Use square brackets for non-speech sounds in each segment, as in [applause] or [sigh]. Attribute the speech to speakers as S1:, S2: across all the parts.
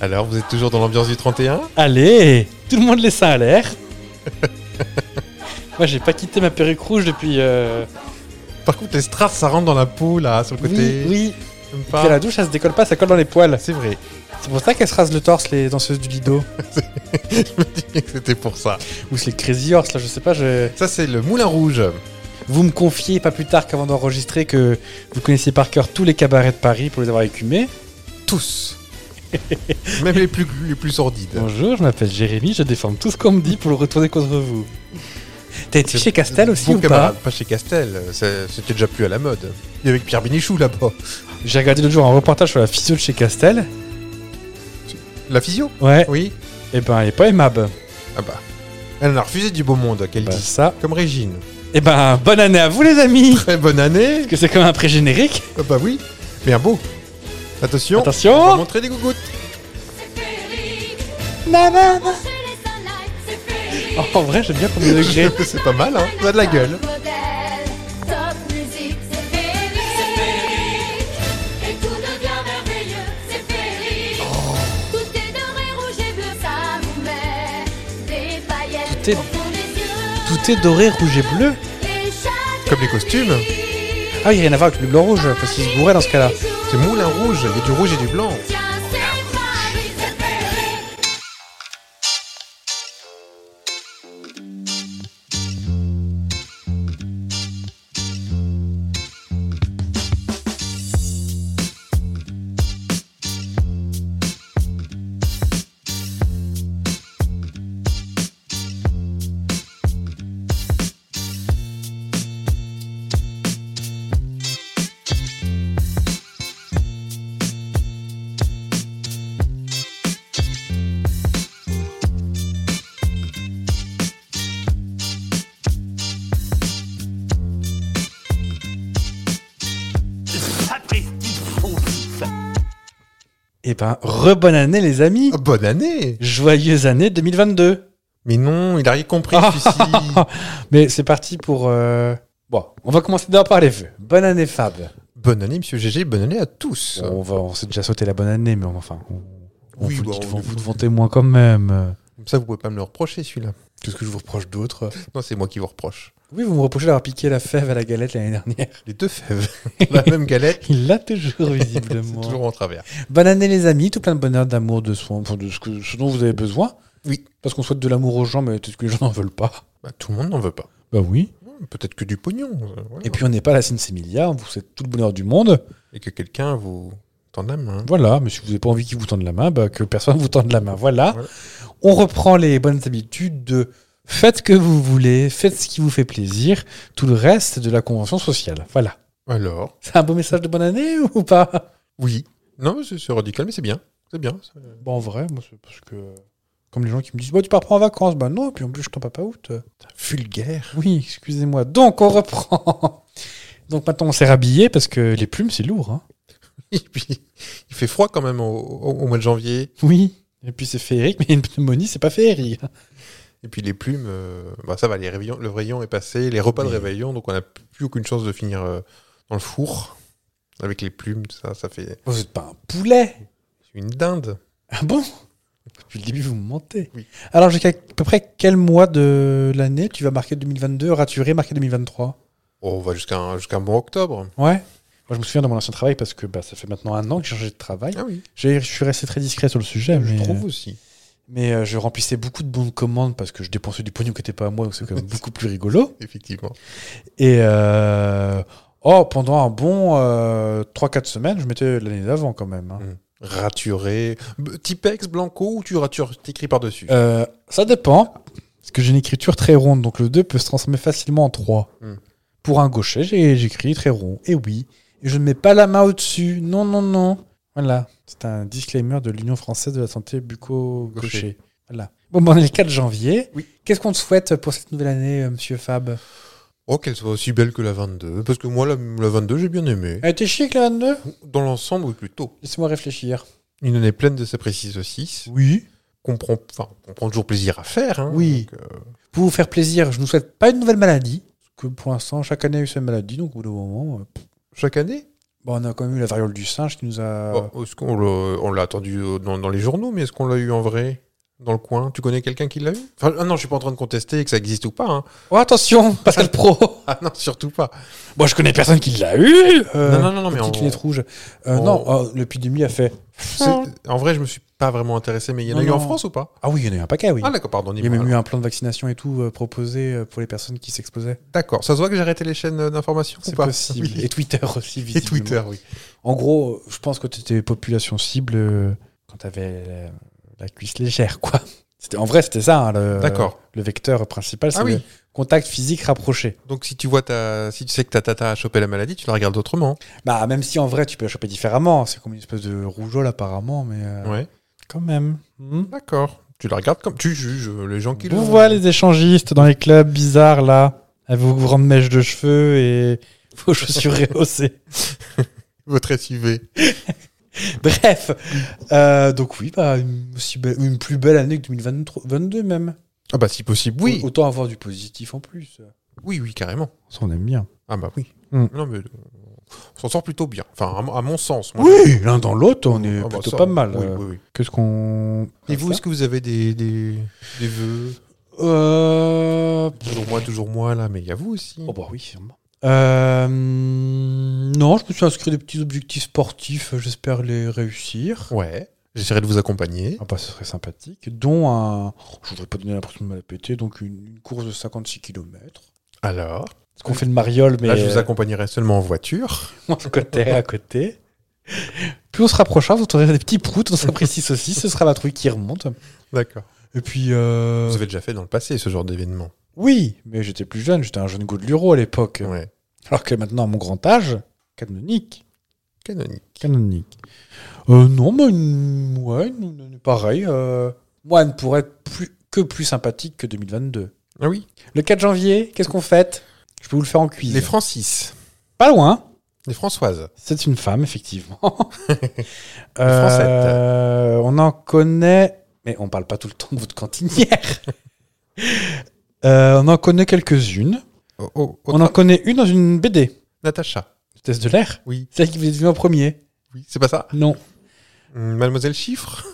S1: Alors, vous êtes toujours dans l'ambiance du 31
S2: Allez Tout le monde laisse ça à l'air [laughs] Moi, j'ai pas quitté ma perruque rouge depuis. euh,
S1: Par contre, les strass, ça rentre dans la peau, là, sur le côté.
S2: Oui, oui.
S1: J'aime
S2: Puis
S1: pas.
S2: à la douche, elle se décolle pas, ça colle dans les poils.
S1: C'est vrai.
S2: C'est pour ça qu'elle se rase le torse, les danseuses du Lido.
S1: Je me dis bien que c'était pour ça.
S2: Ou c'est les Crazy Horse, là, je sais pas. Je...
S1: Ça, c'est le Moulin Rouge.
S2: Vous me confiez pas plus tard qu'avant d'enregistrer que vous connaissiez par cœur tous les cabarets de Paris pour les avoir écumés. [laughs]
S1: Tous. Même les plus, les plus sordides.
S2: Bonjour, je m'appelle Jérémy, je défends tout ce qu'on me dit pour le retourner
S1: [laughs]
S2: contre vous. T'as été chez Castel aussi
S1: Bon
S2: ou
S1: camarade, pas
S2: pas
S1: chez Castel. ça- C'était déjà plus à la mode. Il y avait que Pierre Bénichou, là-bas.
S2: J'ai regardé l'autre jour un reportage sur la physio de chez Castel.
S1: La physio
S2: Ouais,
S1: Oui.
S2: et ben elle est pas aimable.
S1: Ah bah. Elle en a refusé du beau monde, qu'elle
S2: Bah,
S1: dit.
S2: ça.
S1: Comme Régine.
S2: Et ben bonne année à vous les amis
S1: Très bonne année.
S2: Parce que c'est comme un pré-générique.
S1: Ah bah oui. Mais un beau. Attention. On va
S2: Attention
S1: montrer des gougouttes.
S2: Oh, En vrai, j'aime bien combien de degrés.
S1: [laughs] c'est pas mal, hein. Ça a de la gueule.
S3: Top musique, c'est Félix. Et tout devient merveilleux, c'est Félix.
S1: Oh.
S3: Tout est doré, rouge et bleu, ça vous met des paillettes
S2: Tout est-
S3: au fond des yeux.
S2: Tout est doré, rouge et bleu.
S3: Et chaque
S1: Comme les costumes. Ah,
S2: Ah, il y a rien à voir avec le blanc rouge, parce qu'il se bourrait dans ce cas-là.
S1: C'est moulin rouge. Il y a du rouge et du blanc.
S3: tient ses fabriques, c'est Félix.
S2: Et ben, rebonne année les amis.
S1: Ah, Bonne année.
S2: Joyeuse année 2022.
S1: Mais non, il a rien compris,
S2: Ah,
S1: celui-ci.
S2: Mais c'est parti pour... euh, Bon, on va commencer d'abord par les vœux. Bonne année Fab.
S1: Bonne année, monsieur GG. Bonne année à tous.
S2: On, va, on s'est déjà sauté la bonne année, mais enfin... On, on
S1: Oui,
S2: vous, le
S1: bah,
S2: dit
S1: on-
S2: devant- vous devant témoin quand même.
S1: Comme ça, vous pouvez pas me le reprocher, celui-là.
S2: Qu'est-ce que je vous reproche d'autre
S1: Non, c'est moi qui vous reproche.
S2: Oui, vous me reprochez d'avoir piqué la fève à la galette l'année dernière. [laughs]
S1: Les deux fèves. [laughs] la même galette.
S2: Il l'a toujours,
S1: C'est
S2: visiblement.
S1: toujours en travers.
S2: Bonne année, les amis. Tout plein de bonheur, d'amour, de soins, enfin, de ce, que- ce dont vous avez besoin.
S1: Oui.
S2: Parce qu'on souhaite de l'amour aux gens, mais peut-être que les gens n'en veulent pas.
S1: Bah, tout le monde n'en veut pas.
S2: Bah oui.
S1: Peut-être que du pognon. euh, voilà.
S2: Et puis, on n'est pas à la Sinsemilia. On vous souhaite tout le bonheur du monde.
S1: Et que quelqu'un vous tende la main.
S2: Voilà. Mais si vous n'avez pas envie qu'ils vous tendent la main, bah, que personne vous tende la main. Voilà.
S1: Voilà.
S2: On reprend les bonnes habitudes de faites ce que vous voulez, faites ce qui vous fait plaisir. Tout le reste, c'est de la convention sociale. Voilà.
S1: Alors
S2: C'est un beau message de bonne année ou pas
S1: Oui. Non, c'est c'est radical, mais c'est bien. C'est bien. [laughs] ça.
S2: Bon, Bah, en vrai, moi, c'est parce que. euh, Comme les gens qui me disent, bah, tu pars pas en vacances. Bah non, puis en plus, je t'en pas août.
S1: Vulgaire.
S2: Oui, excusez-moi. Donc, on reprend. Donc, maintenant, on s'est rhabillé parce que les plumes, c'est lourd. hein.
S1: Et puis, il fait froid quand même au, au- au mois de janvier.
S2: Oui. Et puis, c'est féerique, mais une pneumonie, c'est pas féerique.
S1: Et puis les plumes, euh, bah, ça va, les réveillons- le réveillon est passé, les repas de
S2: Oui.
S1: réveillon, donc on n'a plus aucune chance de finir euh, dans le four. Avec les plumes, tout ça, ça fait
S2: Vous êtes pas un poulet.
S1: une dinde.
S2: Ah bon Depuis le début, vous me mentez.
S1: Oui.
S2: Alors, jusqu'à à peu près quel mois de l'année tu vas marquer 2022, raturer, marquer 2023
S1: Oh, on va jusqu'à un, jusqu'à un bon octobre.
S2: Ouais. Moi, je me souviens de mon ancien travail parce que bah, ça fait maintenant un an que j'ai changé de travail.
S1: Ah oui,
S2: J'ai- Je suis resté très discret sur le sujet.
S1: je
S2: mais, euh,
S1: trouve aussi.
S2: Mais euh, je remplissais beaucoup de bons de commande parce que je dépensais du pognon qui n'était pas à moi, donc c'est quand même beaucoup plus rigolo.
S1: Effectivement.
S2: Et euh, oh, pendant un bon euh, 3-4 semaines, je mettais l'année d'avant quand même. hein.
S1: Mm. Raturé. B- Tipex, Blanco, ou tu ratures, t'écris par-dessus
S2: Euh, ça dépend, parce que j'ai une écriture très ronde, donc le 2 peut se transformer facilement en 3.
S1: Mm.
S2: Pour un gaucher, j'ai- j'écris très rond, et oui. Et je ne mets pas la main au-dessus, non, non, non. Voilà, c'est un disclaimer de l'Union française de la santé bucco-gaucher.
S1: Gaucher.
S2: Voilà. Bon, ben, on est le 4 janvier.
S1: Oui.
S2: Qu'est-ce qu'on te souhaite pour cette nouvelle année, euh, monsieur Fab
S1: Oh, qu'elle soit aussi belle que la 22. Parce que moi, la, la 22, j'ai bien aimé.
S2: Elle était chic, la 22
S1: Dans l'ensemble, oui, plutôt.
S2: Laissez-moi réfléchir.
S1: Une année pleine de sa précise saucisses.
S2: Oui.
S1: qu'on prend, enfin, qu'on prend toujours plaisir à faire. hein.
S2: Oui.
S1: Donc, euh,
S2: Pour vous faire plaisir, je ne vous souhaite pas une nouvelle maladie. Parce que pour l'instant, chaque année a eu sa maladie, donc au bout d'un moment. euh,
S1: chaque année
S2: Bon, on a quand même eu la variole du singe qui nous a.
S1: Oh, est-ce qu'on l'a, on l'a attendu euh, dans, dans les journaux, mais est-ce qu'on l'a eu en vrai dans le coin Tu connais quelqu'un qui l'a eu Enfin, ah non, je suis pas en train de contester que ça existe ou pas. hein. [laughs]
S2: Oh, attention, Pascal Pro
S1: Ah non, surtout pas.
S2: Moi, je connais personne qui l'a eu
S1: Non,
S2: euh,
S1: non, non, non, mais
S2: Petite
S1: on-
S2: lunette rouge. Euh,
S1: on-
S2: Non, oh, l'épidémie a fait.
S1: C'est- En vrai, je me suis pas vraiment intéressé, mais il y en a
S2: Non,
S1: eu en
S2: non.
S1: France ou pas
S2: Ah oui, il y en a eu un paquet, oui.
S1: Ah d'accord, pardon.
S2: il y a
S1: dis-moi,
S2: même eu un plan de vaccination et tout euh, proposé euh, pour les personnes qui s'exposaient.
S1: alors. D'accord, ça se voit que j'ai arrêté les chaînes euh, d'information ou
S2: C'est
S1: pas
S2: possible.
S1: Oui.
S2: Et Twitter
S1: [laughs]
S2: aussi,
S1: Et
S2: visiblement.
S1: Twitter, oui.
S2: En gros, euh, je pense que tu étais population cible euh, quand tu avais la, la cuisse légère, quoi. [laughs] C'était- En vrai, c'était ça, hein, le,
S1: D'accord.
S2: le vecteur principal, c'est
S1: Ah oui.
S2: le contact physique rapproché.
S1: Donc si tu vois ta, si tu sais que ta tata a chopé la maladie, tu la regardes autrement.
S2: Bah, même si en vrai, tu peux la choper différemment. C'est comme une espèce de rougeole, apparemment, mais euh,
S1: Ouais.
S2: quand même. Hmm.
S1: D'accord. Tu la regardes comme tu juges euh, les gens qui
S2: Vous
S1: l'ont.
S2: voyez les échangistes dans les clubs bizarres là, avec vos grandes mèches de cheveux et [laughs] vos chaussures rehaussées.
S1: Votre SUV.
S2: Bref, euh, donc oui, bah, une, aussi belle- une plus belle année que 2022 même.
S1: Ah bah si possible, oui.
S2: Au- Autant avoir du positif en plus.
S1: Oui, oui, carrément.
S2: Ça, on aime bien.
S1: Ah bah oui.
S2: Hmm.
S1: Non mais euh, on s'en sort plutôt bien. Enfin, à, mon- à mon sens. moi,
S2: Oui, l'un dans l'autre, on
S1: je-
S2: est
S1: Ah bah,
S2: plutôt
S1: ça,
S2: pas mal.
S1: oui,
S2: euh,
S1: oui, oui.
S2: Que ce qu'on. Ah,
S1: Et vous, est-ce que vous avez des, des, des vœux
S2: euh...
S1: Toujours moi, toujours moi, là, mais il y a vous aussi.
S2: Oh bah oui, sûrement. Euh, non, je me suis inscrit des petits objectifs sportifs, j'espère les réussir.
S1: Ouais. J'essaierai de vous accompagner.
S2: Ah bah, ce serait sympathique. Dont un. Je voudrais pas donner l'impression de me la péter, donc une, une course de 56 km.
S1: Alors
S2: Ce qu'on fait de mariole, mais
S1: Là, je vous
S2: euh,
S1: accompagnerai seulement en
S2: [laughs]
S1: voiture.
S2: de côté [laughs] à côté. Plus on se rapprochera, vous entendrez des petits proutes, on s'apprécie aussi, ce sera la truie qui remonte.
S1: D'accord.
S2: Et puis. euh,
S1: Vous avez déjà fait dans le passé ce genre d'événement.
S2: Oui, mais j'étais plus jeune, j'étais un jeune godeluro à l'époque.
S1: Ouais.
S2: Alors que maintenant, à mon grand âge, canonique.
S1: Canonique.
S2: Canonique. Euh, non, mais une- ouais, une- une- pareil. euh, Moine pourrait être plus, que plus sympathique que 2022.
S1: Ah oui.
S2: Le 4 janvier, qu'est-ce qu'on fête Je peux vous le faire en cuisine.
S1: Les Francis.
S2: Pas loin,
S1: Les Françoises.
S2: c'est une femme, effectivement.
S1: [laughs]
S2: Euh,
S1: Française.
S2: on en connaît, mais on parle pas tout le temps de votre cantinière. [laughs] Euh, on en connaît quelques-unes.
S1: Oh, oh,
S2: On en connaît une dans une BD,
S1: Natacha.
S2: Vitesse de l'air.
S1: Oui.
S2: Celle qui vous est devenue en premier.
S1: Oui. C'est pas ça
S2: Non.
S1: Hum, Mademoiselle Chiffre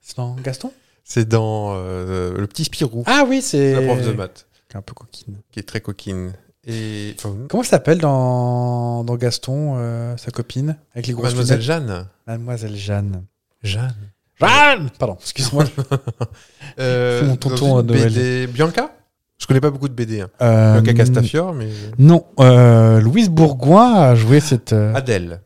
S2: C'est dans Gaston
S1: C'est dans euh, Le Petit Spirou.
S2: Ah oui, c'est.
S1: La prof de maths.
S2: Qui est un peu coquine.
S1: Qui est très coquine. Et. enfin,
S2: Comment elle s'appelle dans, dans Gaston, euh, sa copine Avec les grosses
S1: Mademoiselle
S2: lunettes
S1: Jeanne.
S2: Mademoiselle Jeanne.
S1: Jeanne.
S2: Jeanne Pardon,
S1: [laughs]
S2: excuse-moi.
S1: Euh,
S2: C'est mon
S1: dans
S2: tonton
S1: une
S2: à Noël.
S1: BD Bianca Je connais pas beaucoup de BD. Hein.
S2: Euh,
S1: Bianca Castafiore, mais.
S2: Non, euh, Louise Bourgoin a joué cette. euh, [laughs]
S1: Adèle.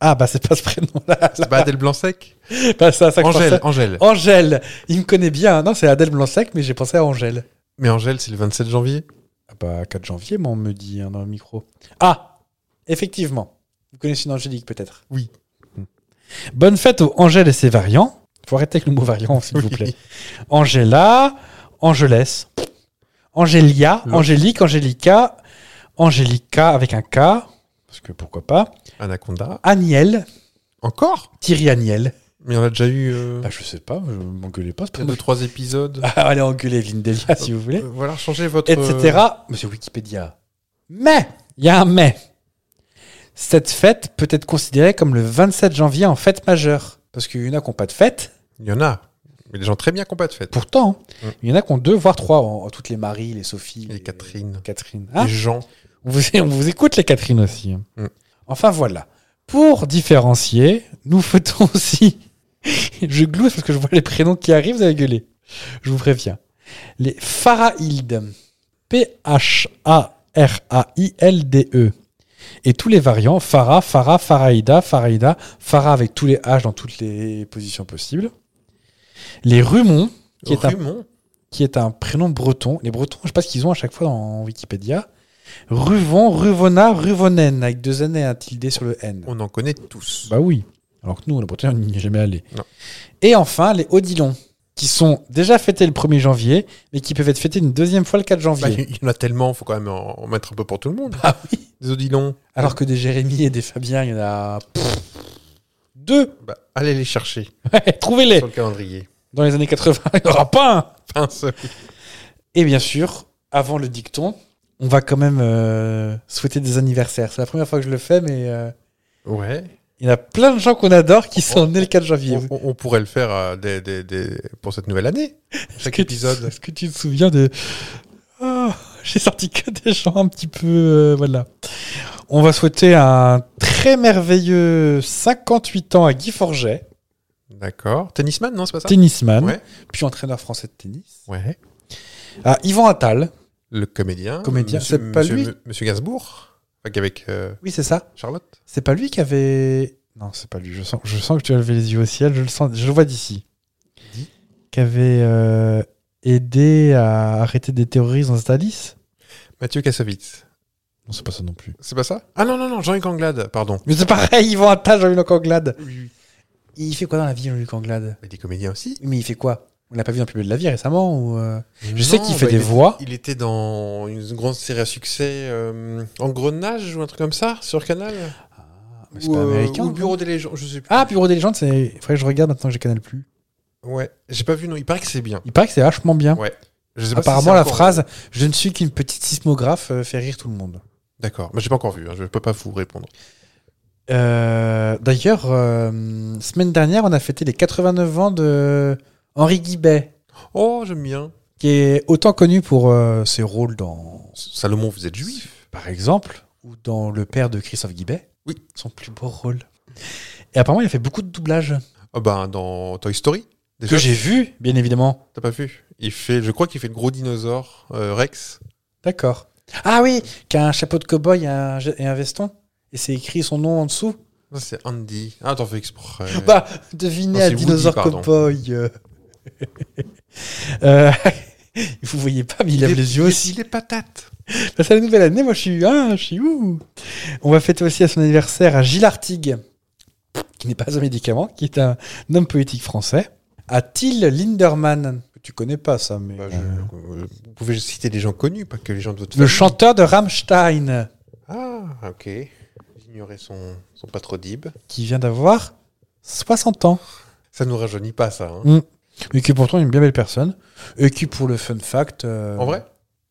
S2: Ah, bah c'est pas ce prénom-là.
S1: C'est pas Adèle
S2: [laughs]
S1: Blanc-Sec
S2: Bah, c'est à ça Oh. que je
S1: Angèle,
S2: pensais.
S1: Angèle.
S2: Angèle, il me connaît bien. Non, c'est Adèle Blanc-Sec, mais j'ai pensé à Angèle.
S1: Mais Angèle, c'est le 27 janvier.
S2: Ah bah 4 janvier, moi, on me dit hein, dans le micro. Ah, effectivement. Vous connaissez une Angélique peut-être
S1: Oui.
S2: Hmm. Bonne fête aux Angèle et ses variants. Faut arrêter avec le mot variant, s'il vous
S1: Oui.
S2: plaît. Angela, Angelès, Angélia,
S1: Le-
S2: Angélique, Angélica, Angélica avec un K, parce que pourquoi pas.
S1: Anaconda.
S2: Aniel,
S1: Encore
S2: Thierry Aniel.
S1: Mais on a déjà eu. euh,
S2: Bah, je sais pas, je m'engueulez [laughs] pas, c'est
S1: il y
S2: pas
S1: a deux,
S2: moi.
S1: trois épisodes.
S2: Ah, Allez, engueuler Evelyne Delia si vous voulez.
S1: Euh, voilà, changez votre.
S2: etc. Monsieur Wikipédia. Mais, il y a un mais. Cette fête peut être considérée comme le 27 janvier en fête majeure. Parce qu'il y en a qui n'ont pas de fête,
S1: euh, Il y en a. Mais des gens très bien qui n'ont pas de fête.
S2: pourtant.
S1: Mm.
S2: Il y en a qui ont deux, voire trois. en- en toutes les Marie, les Sophie,
S1: Les Catherine.
S2: Catherine. Hein
S1: les gens.
S2: on, vous, [laughs] on vous écoute, les Catherine aussi.
S1: Mm.
S2: Enfin, voilà. Pour différencier, nous fêtons [laughs] aussi. je glousse parce que je vois les prénoms qui arrivent, vous allez gueuler. Je vous préviens. Les Pharaïldes. P-H-A-R-A-I-L-D-E. E. Et tous les variants, Phara, Phara, Pharaïda, Pharaïda, Phara avec tous les H dans toutes les positions possibles. Les Rumons, qui est un
S1: Rumon.
S2: qui est un prénom breton. Les bretons, je sais pas ce qu'ils ont à chaque fois en Wikipédia. Ruvon, Ruvona, Ruvonen, avec deux N et un tilde sur le N.
S1: On en connaît tous.
S2: Bah oui. Alors que nous, en Bretagne, on n'y est jamais allé.
S1: Non.
S2: Et enfin, les Odilons, qui sont déjà fêtés le 1er janvier, mais qui peuvent être fêtés une deuxième fois le 4
S1: Bah,
S2: [laughs] janvier.
S1: il y en a tellement, faut quand même en en mettre un peu pour tout le monde.
S2: Bah.
S1: Ah oui. Des Odilons.
S2: Alors que des Jérémy et des Fabiens, il y en a pff, deux. [laughs]
S1: Bah, allez les chercher
S2: Ouais, Trouvez-les.
S1: sur le calendrier.
S2: Dans les années 80, il n'y en aura pas un.
S1: Pince.
S2: Et bien sûr, avant le dicton, on va quand même euh, souhaiter des anniversaires. C'est la première fois que je le fais, mais euh,
S1: Ouais.
S2: il y en a plein de gens qu'on adore qui sont nés le 4 janvier.
S1: On, on- on pourrait le faire euh, des- des- des- pour cette nouvelle année.
S2: Est-ce
S1: Chaque
S2: que tu-
S1: épisode.
S2: Est-ce que tu te souviens de. Ah, J'ai sorti que des gens un petit peu. euh, voilà. On va souhaiter un très merveilleux 58 ans à Guy Forget,
S1: D'accord. Tennisman, non, c'est pas ça
S2: tennisman,
S1: Ouais.
S2: puis entraîneur français de tennis.
S1: Ouais.
S2: À Yvan Attal.
S1: Le comédien.
S2: Comédien,
S1: Monsieur-
S2: c'est pas
S1: monsieur-
S2: lui
S1: Monsieur Gainsbourg. Enfin, Avec euh,
S2: Oui, c'est ça.
S1: Charlotte.
S2: C'est pas lui qui avait. Non, c'est pas lui. Je sens, je sens que tu as levé les yeux au ciel. Je le sens. Je le vois d'ici. Qui avait euh, aidé à arrêter des terroristes dans Stalis.
S1: Mathieu Kassovitz.
S2: Non, c'est pas ça non plus.
S1: C'est pas ça Ah non, non, non, Jean-Luc Anglade, pardon.
S2: Mais c'est pareil, Yvan Attal, Jean-Luc Anglade. Il fait quoi dans la vie, Jean-Luc Anglade
S1: Il est comédien aussi.
S2: Oui, Mais il fait quoi On l'a pas vu dans le public de la vie récemment ou euh, Je sais
S1: Non,
S2: qu'il fait
S1: bah,
S2: des
S1: il est-
S2: voix.
S1: Il était dans une grande série à succès, euh, Engrenage ou un truc comme ça, sur Canal
S2: Ah, mais c'est
S1: Ou,
S2: pas
S1: euh,
S2: américain,
S1: Ou
S2: non
S1: Bureau des légendes, je sais plus.
S2: Ah, Bureau des légendes, c'est. Faudrait que je regarde maintenant que j'ai Canal Plus. Ah.
S1: Ouais, j'ai pas vu, non, il paraît que c'est bien.
S2: Il paraît que c'est vachement bien.
S1: Ouais. Je sais pas si
S2: Apparemment,
S1: c'est
S2: la
S1: encore-
S2: phrase "Je ne suis qu'une petite sismographe" euh, fait rire tout le monde.
S1: D'accord, mais j'ai pas encore vu, hein, je peux pas vous répondre.
S2: Euh, D'ailleurs, euh, semaine dernière, on a fêté les 89 ans de Henri Guibet,
S1: Oh, j'aime bien.
S2: qui est autant connu pour euh, ses rôles dans,
S1: Salomon, vous êtes juif
S2: par exemple, ou dans Le père de Christophe Guibet.
S1: Oui.
S2: Son plus beau rôle. Et apparemment, il a fait beaucoup de doublages.
S1: Ah ben, dans Toy Story, déjà.
S2: Que j'ai vu, bien évidemment.
S1: T'as pas vu Il fait, je crois qu'il fait le gros dinosaure euh, Rex.
S2: D'accord. Ah oui, qui a un chapeau de cow-boy et un, et un veston. Et c'est écrit son nom en dessous.
S1: Non, c'est Andy. Ah, t'en fais exprès.
S2: [laughs] Bah,
S1: Non,
S2: devinez à
S1: c'est Woody,
S2: Dinosaur
S1: pardon.
S2: Cowboy. [laughs] euh. Euh, [laughs] vous voyez pas, mais il, lève
S1: est-
S2: les yeux aussi.
S1: Il est patate.
S2: Bah, c'est la nouvelle année, moi je suis. Ah, je suis où On va fêter aussi à son anniversaire à Gilles Artigue, qui n'est pas un médicament, qui est un homme politique français. À Till Linderman. Tu connais pas ça, mais.
S1: Bah, je- euh, Vous pouvez citer des gens connus, pas que les gens de votre
S2: Le
S1: famille.
S2: chanteur de Rammstein,
S1: Ah, ok. J'ignorais son, son patrodibe.
S2: qui vient d'avoir 60 ans.
S1: Ça nous rajeunit pas, ça. hein.
S2: Mais qui est pourtant une bien belle personne. Et qui, pour le fun fact. euh,
S1: En vrai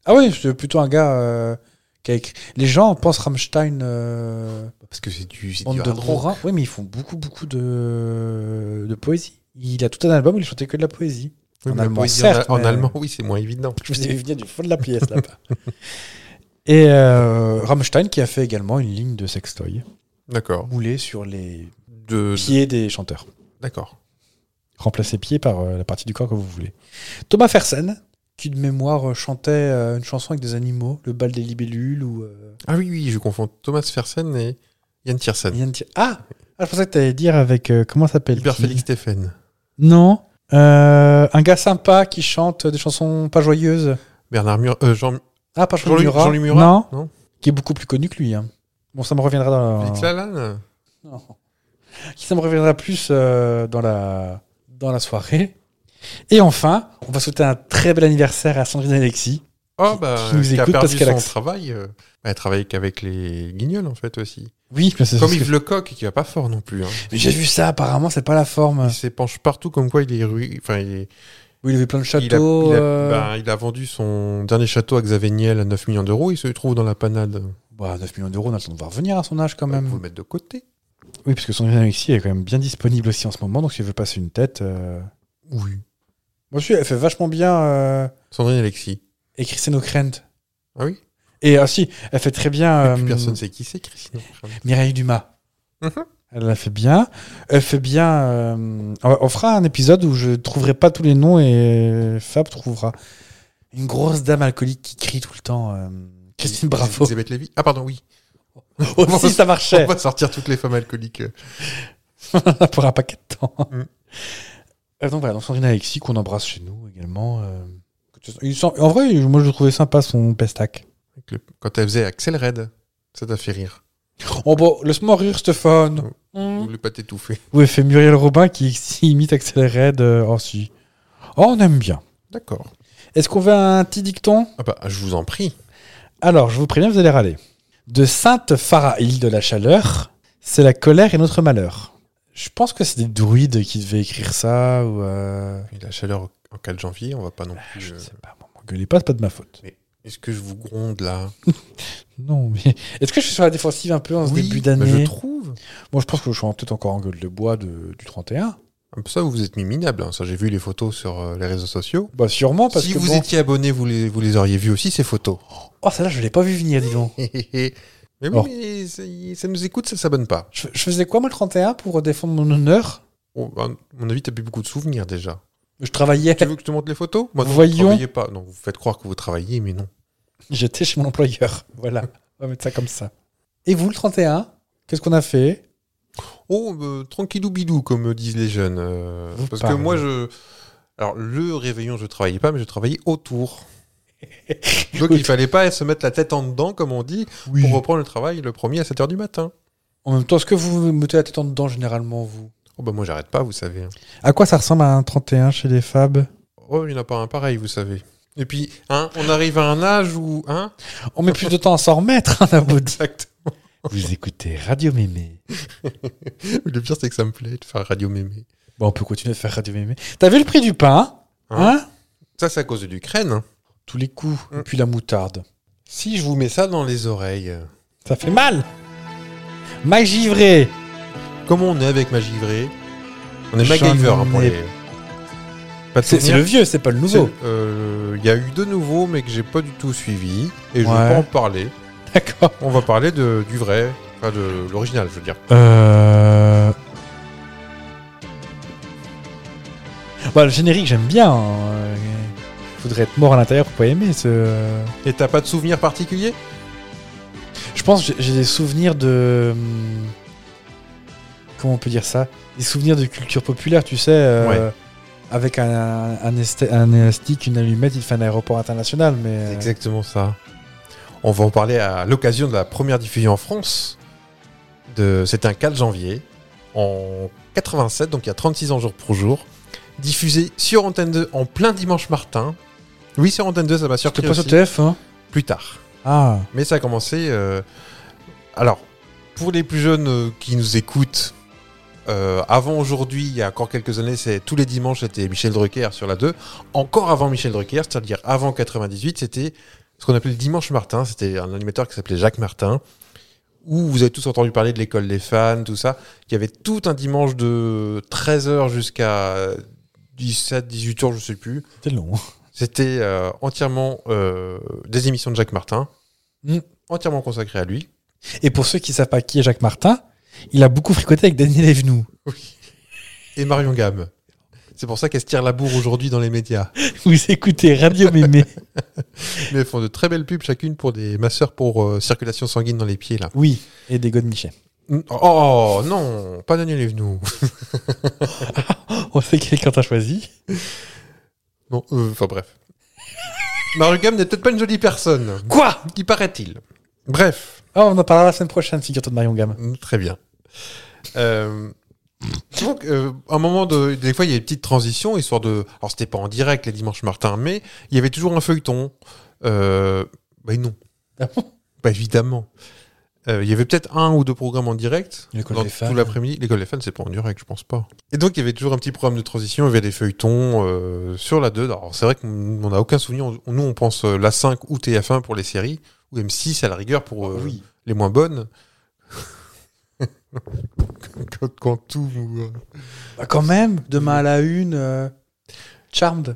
S2: Ah oui, c'est plutôt un gars euh, qui a écrit. Les gens pensent Rammstein. euh,
S1: Parce que c'est du, c'est
S2: Bande
S1: du
S2: de
S1: hard rock.
S2: bourrins. Oui, mais ils font beaucoup, beaucoup de, de poésie. Il a tout un album où il chantait que de la poésie.
S1: Oui,
S2: En
S1: mais la
S2: allemand,
S1: poésie
S2: certes,
S1: en,
S2: mais-
S1: allemand, oui, c'est moins évident.
S2: Je vous ai vu venir du fond de la pièce là-bas. Et euh, Rammstein qui a fait également une ligne de sextoy
S1: D'accord.
S2: moulée sur les
S1: De...
S2: pieds des chanteurs.
S1: D'accord.
S2: Remplacez pieds par euh, la partie du corps que vous voulez. Thomas Fersen, qui de mémoire euh, chantait euh, une chanson avec des animaux, le bal des libellules ou. euh,
S1: Ah oui, oui, je confonds Thomas Fersen et Yann Tiersen.
S2: rien de ti- ah, ah, je pensais que tu allais dire avec. euh, comment s'appelle
S1: Hyper
S2: qui
S1: Félix Stéphane.
S2: Non. Euh, un gars sympa qui chante des chansons pas joyeuses.
S1: Bernard Mur... euh, Jean...
S2: Ah, pas Jean-Luc
S1: Jean-Luc
S2: Murat.
S1: Jean-Luc Murat
S2: Non.
S1: Non.
S2: Qui est beaucoup plus connu que lui. hein. Bon, ça me reviendra dans.
S1: Félix Lalanne
S2: [laughs] Non. Qui ça me reviendra plus euh, dans la dans la soirée. Et enfin, on va souhaiter un très bel anniversaire à Sandrine Alexis.
S1: Oh,
S2: Qui-
S1: bah,
S2: qui nous
S1: qui a
S2: écoute parce
S1: perdu
S2: qu'elle
S1: son
S2: accepte.
S1: travail. euh, Elle travaille qu'avec les guignols, en fait, aussi.
S2: Oui, mais c'est
S1: Comme
S2: c'est ce
S1: Yves Lecoq, qui va pas fort non plus. hein.
S2: que- J'ai vu ça. Apparemment, c'est pas la forme.
S1: Il s'épanche partout, comme quoi il est... ru- Enfin, il est...
S2: Oui, il avait plein de
S1: il a,
S2: châteaux.
S1: il a-
S2: euh,
S1: ben, il a vendu son dernier château à Xavier Niel à 9 millions d'euros. Il se trouve dans la panade.
S2: bah, 9 millions d'euros, on a le temps de voir venir à son âge quand
S1: Vous
S2: même.
S1: Vous le mettre de côté.
S2: Oui, parce que Sandrine Alexis est quand même bien disponible aussi en ce moment. Donc, si elle veut passer une tête. euh,
S1: Oui.
S2: Moi, je suis, elle fait vachement bien euh,
S1: Sandrine Alexis.
S2: et Christine O'Krent.
S1: Ah oui
S2: Et aussi, elle fait très bien
S1: Plus
S2: euh,
S1: personne sait qui c'est, Christine.
S2: Mireille Dumas.
S1: Mhm.
S2: Elle la fait bien. Elle fait bien. euh, on on fera un épisode où je trouverai pas tous les noms et Fab trouvera. Une grosse dame alcoolique qui crie tout le temps. euh, Christine Bravo.
S1: Elisabeth Lévy. Ah, pardon, oui.
S2: Aussi, ça
S1: On
S2: marchait.
S1: va sortir toutes les femmes alcooliques. euh,
S2: [laughs] pour un paquet de temps.
S1: Mm.
S2: Euh, donc voilà, donc Sandrine Alexis qu'on embrasse chez nous également. euh. Il sent- en vrai, moi je le trouvais sympa son pestac.
S1: Avec le- Quand elle faisait Axel Red, ça t'a fait rire.
S2: Oh bon, laisse-moi rire Stéphane.
S1: Vous voulez pas t'étouffer.
S2: Où elle fait Muriel Robin qui [laughs] s'y imite Axel Red. euh, oh si. Oh, on aime bien.
S1: D'accord.
S2: Est-ce qu'on veut un petit dicton
S1: Ah bah, je vous en prie.
S2: Alors, je vous préviens, vous allez râler. De Sainte Phara, île de la chaleur, c'est la colère et notre malheur. Je pense que c'est des druides qui devaient écrire ça ou. euh,
S1: Et la chaleur en 4 janvier, on va pas non plus.
S2: Bah, Je
S1: euh,
S2: sais pas, bon, m'engueulez pas, c'est pas de ma faute.
S1: Mais Est-ce que je vous gronde là
S2: Non, mais [laughs] est-ce que je suis sur la défensive un peu en ce début
S1: bah,
S2: d'année
S1: je trouve.
S2: Moi, je pense que je suis en- peut-être encore en gueule de bois de- du 31.
S1: Ah, Ça, vous vous êtes mis minable. hein. Ça, j'ai vu les photos sur euh, les réseaux sociaux.
S2: Bah, sûrement, parce
S1: si
S2: que
S1: vous
S2: bon-
S1: étiez abonné, vous les, vous les auriez vus aussi, ces photos. [laughs]
S2: Oh, celle-là, je l'ai pas vu venir, dis donc.
S1: mais oui,
S2: Oh.
S1: mais c'est- ça nous écoute, ça ne s'abonne pas.
S2: Je, je faisais quoi, moi, le 31 pour défendre mon honneur
S1: Oh, bah, à mon avis, t'as plus beaucoup de souvenirs déjà.
S2: Je travaillais,
S1: tu veux que je te montre les photos Moi, non, vous
S2: Voyons.
S1: travaillez pas. Non, vous faites croire que vous travaillez, mais non.
S2: j'étais chez mon employeur. Voilà, on va mettre ça comme ça. Et vous, le 31 Qu'est-ce qu'on a fait
S1: Oh, euh, tranquillou bidou, comme disent les jeunes. euh,
S2: Vous
S1: parce
S2: parlez.
S1: que moi, je. Alors, le réveillon, je travaillais pas, mais je travaillais
S2: [laughs]
S1: autour. Donc, il fallait pas se mettre la tête en dedans, comme on dit,
S2: Oui.
S1: pour reprendre le travail le premier à 7h du matin.
S2: En même temps, est-ce que vous mettez la tête en dedans, généralement, vous
S1: Oh, bah, moi, j'arrête pas, vous savez.
S2: À quoi ça ressemble à un 31 chez les Fab
S1: Oh, il n'y en a pas un pareil, vous savez. Et puis, hein, on arrive à un âge où. Hein [laughs]
S2: On met plus de temps à s'en remettre, hein, la maudite.
S1: Exact.
S2: Vous écoutez Radio Mémé.
S1: Le pire, c'est que ça me plaît de faire radio mémé.
S2: Bon, on peut continuer de faire Radio Mémé. T'as vu le prix du pain Hein
S1: Ça, c'est à cause de l'Ukraine. hein.
S2: Tous les coups.
S1: Mm.
S2: Et puis la moutarde.
S1: Si je vous mets ça dans les oreilles.
S2: Ça fait mal Mike Givré
S1: Comment on est avec Magivré On est
S2: J'en
S1: MacGyver hein, pour
S2: ai-
S1: les. Pas de
S2: C'est c'est
S1: souvenirs
S2: le vieux, c'est pas le nouveau.
S1: C'est- euh, Il y a eu deux nouveaux, mais que j'ai pas du tout suivi. Et je
S2: Ouais.
S1: vais pas en parler.
S2: D'accord.
S1: On va parler de, du vrai, enfin de l'original, je veux dire.
S2: Euh... Bah, le générique, j'aime bien. hein. Euh, Faudrait être mort à l'intérieur pour pas aimer ce...
S1: Et t'as pas de souvenir particulier
S2: Je pense que j'ai- j'ai des souvenirs de... hum, Comment on peut dire ça Des souvenirs de culture populaire, tu sais. euh, Avec un, un, esth- un élastique, une allumette, il fait un aéroport international, mais... euh,
S1: exactement ça. On va en parler à l'occasion de la première diffusion en France. De, c'était un 4 janvier, en 87, donc il y a 36 ans jour pour jour. Diffusé sur Antenne 2 en plein dimanche matin. Oui, sur Antenne 2, ça m'a surpris
S2: C'était pas sur
S1: aussi.
S2: TF, hein
S1: plus tard.
S2: Ah,
S1: Mais ça a commencé. euh, Alors, pour les plus jeunes euh, qui nous écoutent, euh, avant aujourd'hui, il y a encore quelques années, c'est tous les dimanches, c'était Michel Drucker sur la 2. Encore avant Michel Drucker, c'est-à-dire avant 98, c'était ce qu'on appelait le Dimanche Martin. C'était un animateur qui s'appelait Jacques Martin, où vous avez tous entendu parler de l'école des fans, tout ça. Il y avait tout un dimanche de 13h jusqu'à 17, 18h, je sais plus.
S2: c'était long.
S1: C'était euh, entièrement euh, des émissions de Jacques Martin,
S2: Mm.
S1: entièrement consacrées à lui.
S2: Et pour ceux qui savent pas qui est Jacques Martin, il a beaucoup fricoté avec Daniel Evenou.
S1: Et Marion Gamme. C'est pour ça qu'elle se tire la bourre aujourd'hui dans les médias.
S2: Vous écoutez Radio Mémé.
S1: Mais elles font de très belles pubs chacune pour des masseurs pour euh, circulation sanguine dans les pieds, là.
S2: Oui, et des Godemichet.
S1: Mm. Oh non, pas Daniel Evenou.
S2: On sait quelqu'un t'a choisi.
S1: Non, euh, enfin bref. Marion Gamme n'est peut-être pas une jolie personne,
S2: Quoi
S1: qui paraît-il. Bref.
S2: Ah, on en parlera la semaine prochaine, figure-toi de Marion Gamme.
S1: Mm, Très bien. Euh, donc, euh, à un moment, de, des fois, il y a des petites transitions, histoire de. Alors, c'était pas en direct les dimanches Martin, mais il y avait toujours un feuilleton. Euh, bah non,
S2: Ah bon
S1: pas évidemment. Euh, il y avait peut-être un ou deux programmes en direct.
S2: L'école
S1: dans
S2: des fans.
S1: Tout l'après-midi. L'école des fans, c'est pas en direct, je pense pas. Et donc, il y avait toujours un petit programme de transition, il y avait des feuilletons euh, sur la 2. Alors, c'est vrai qu'on n'a aucun souvenir. On- Nous, on pense euh, la 5 ou TF1 pour les séries, ou M6 à la rigueur pour
S2: Ah
S1: euh, les moins bonnes. [laughs] quand, quand tout. euh,
S2: Bah quand même, demain à la une, euh, Charmed,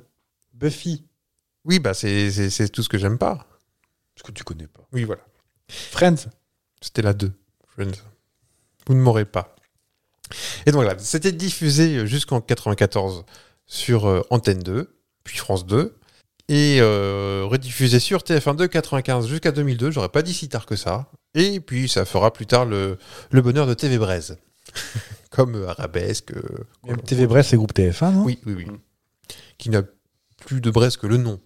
S2: Buffy.
S1: Oui, bah c'est- c'est c'est tout ce que j'aime pas.
S2: Parce que tu connais pas.
S1: Oui, voilà.
S2: Friends.
S1: C'était la 2. Friends. Vous ne m'aurez pas. Et donc voilà, c'était diffusé jusqu'en 94 sur euh, Antenne 2, puis France 2, et euh, rediffusé sur TF1 2 95 jusqu'à 2002. J'aurais pas dit si tard que ça. Et puis ça fera plus tard le, le bonheur de TV Braise. [laughs] Comme euh, Arabesque. euh,
S2: TV Brest, c'est groupe TF1, non
S1: Oui, oui, oui. Qui n'a plus de Brest que le nom.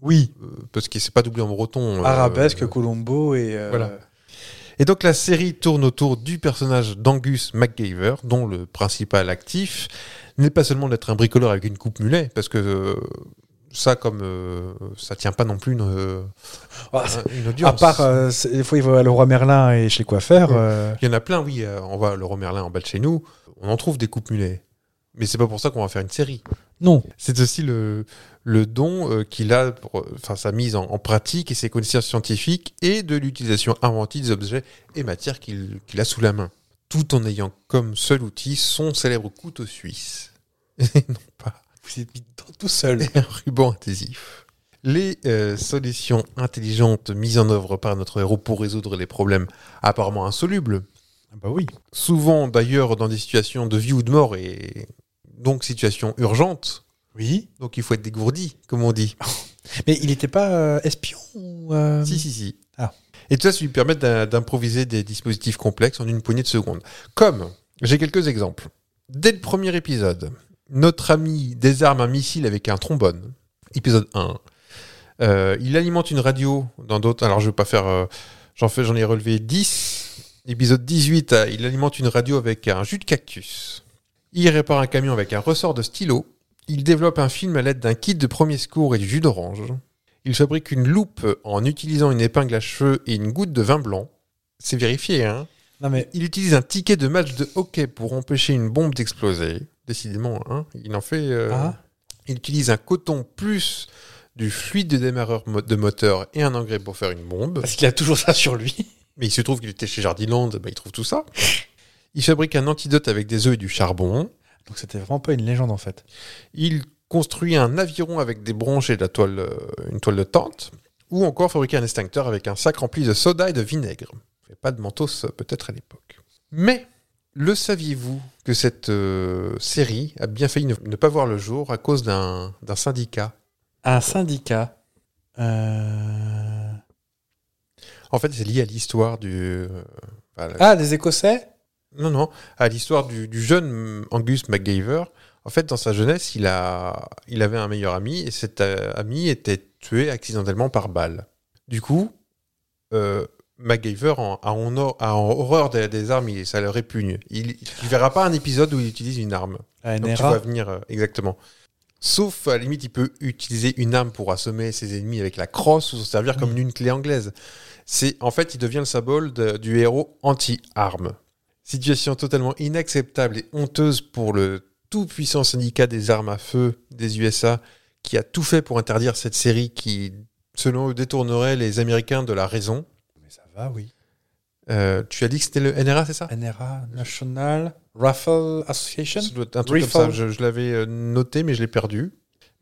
S2: Oui.
S1: Euh, parce qu'il s'est pas doublé en breton. euh,
S2: Arabesque,
S1: euh,
S2: Colombo et. euh,
S1: Voilà. Et donc la série tourne autour du personnage d'Angus MacGyver, dont le principal actif n'est pas seulement d'être un bricoleur avec une coupe mulet, parce que euh, ça, comme euh, ça tient pas non plus une,
S2: [laughs]
S1: euh,
S2: Ah, c'est-
S1: une
S2: à
S1: audience.
S2: part, euh, c'est- des fois, il va à Leroy Merlin et chez le coiffeur.
S1: Ouais.
S2: euh,
S1: Il y en a plein, oui. euh, on va le Romerlin en bas de chez nous, on en trouve des coupes mulets, mais c'est pas pour ça qu'on va faire une série.
S2: Non.
S1: C'est aussi le, le don euh, qu'il a pour enfin, sa mise en, en pratique et ses connaissances scientifiques et de l'utilisation inventive des objets et matières qu'il qu'il a sous la main, tout en ayant comme seul outil son célèbre couteau suisse. [laughs] Et non pas
S2: Vous êtes mis dedans tout seul.
S1: [laughs] un ruban adhésif. Les euh, solutions intelligentes mises en œuvre par notre héros pour résoudre les problèmes apparemment insolubles
S2: bah oui.
S1: souvent d'ailleurs dans des situations de vie ou de mort et donc situation urgente.
S2: Oui.
S1: Donc il faut être dégourdi, comme on dit.
S2: Mais il n'était pas euh, espion ou. euh,
S1: Si, si, si.
S2: Ah.
S1: Et tout ça, ça lui permet d'im- d'improviser des dispositifs complexes en une poignée de secondes. Comme, j'ai quelques exemples. Dès le premier épisode, notre ami désarme un missile avec un trombone. Épisode 1. Euh, il alimente une radio dans d'autres. Alors je vais pas faire. euh, J'en fais, j'en ai relevé 10. Épisode 18, euh, il alimente une radio avec un jus de cactus. Il répare un camion avec un ressort de stylo. Il développe un film à l'aide d'un kit de premier secours et du jus d'orange. Il fabrique une loupe en utilisant une épingle à cheveux et une goutte de vin blanc. C'est vérifié, hein
S2: Non, mais
S1: Il utilise un ticket de match de hockey pour empêcher une bombe d'exploser. Décidément, hein Il en fait... euh,
S2: Ah.
S1: Il utilise un coton plus du fluide de démarreur mo- de moteur et un engrais pour faire une bombe.
S2: parce qu'il a toujours ça sur lui.
S1: Mais il se trouve qu'il était chez Jardiland, bah, il trouve tout ça. Il fabrique un antidote avec des œufs et du charbon.
S2: Donc c'était vraiment pas une légende en fait.
S1: Il construit un aviron avec des branches et de la toile, euh, une toile de tente. Ou encore fabriquer un extincteur avec un sac rempli de soda et de vinaigre. Il n'y avait Pas de mentos euh, peut-être à l'époque. Mais le saviez-vous que cette euh, série a bien failli ne, ne pas voir le jour à cause d'un d'un syndicat
S2: Un syndicat. euh,
S1: En fait, c'est lié à l'histoire du... euh, à la-
S2: Ah, les Écossais
S1: Non, non, à l'histoire du, du jeune Angus MacGyver. En fait, dans sa jeunesse, il, a, il avait un meilleur ami et cet euh, ami était tué accidentellement par balle. Du coup, euh, MacGyver en- a, en or- a en horreur des, des armes et ça le répugne. Il ne verra pas un épisode où il utilise une arme.
S2: La
S1: Donc tu
S2: NRA.
S1: vas venir, euh, exactement. Sauf, à la limite, il peut utiliser une arme pour assommer ses ennemis avec la crosse ou se servir comme une clé anglaise. C'est En fait, il devient le symbole de- du héros anti-arme. Situation totalement inacceptable et honteuse pour le tout-puissant syndicat des armes à feu des USA qui a tout fait pour interdire cette série qui, selon eux, détournerait les Américains de la raison.
S2: Mais ça va, oui.
S1: Euh, tu as dit que c'était le NRA, c'est ça
S2: NRA, National Rifle Association
S1: Ça doit être un truc comme ça.
S2: Refund.
S1: Je, je l'avais euh, noté, mais je l'ai perdu.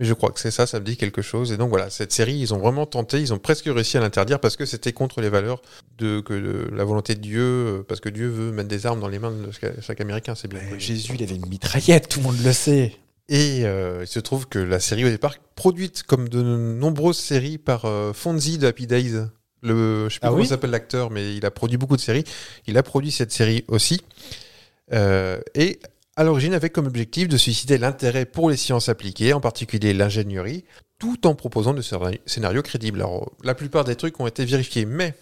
S1: Mais je crois que c'est ça, ça me dit quelque chose. Et donc voilà, cette série, ils ont vraiment tenté, ils ont presque réussi à l'interdire parce que c'était contre les valeurs de que de la volonté de Dieu, euh, parce que Dieu veut mettre des armes dans les mains de chaque, chaque Américain, c'est bien.
S2: Mais
S1: connu.
S2: Jésus, il avait une mitraillette, tout le monde le sait.
S1: Et euh, il se trouve que la série au départ, produite comme de nombreuses séries par euh, Fonzie de Happy Days, le, je sais plus
S2: Ah
S1: comment
S2: oui
S1: s'appelle l'acteur, mais il a produit beaucoup de séries. Il a produit cette série aussi. Euh, et à l'origine avait comme objectif de susciter l'intérêt pour les sciences appliquées, en particulier l'ingénierie, tout en proposant de scénari- scénarios crédibles. Alors, la plupart des trucs ont été vérifiés, mais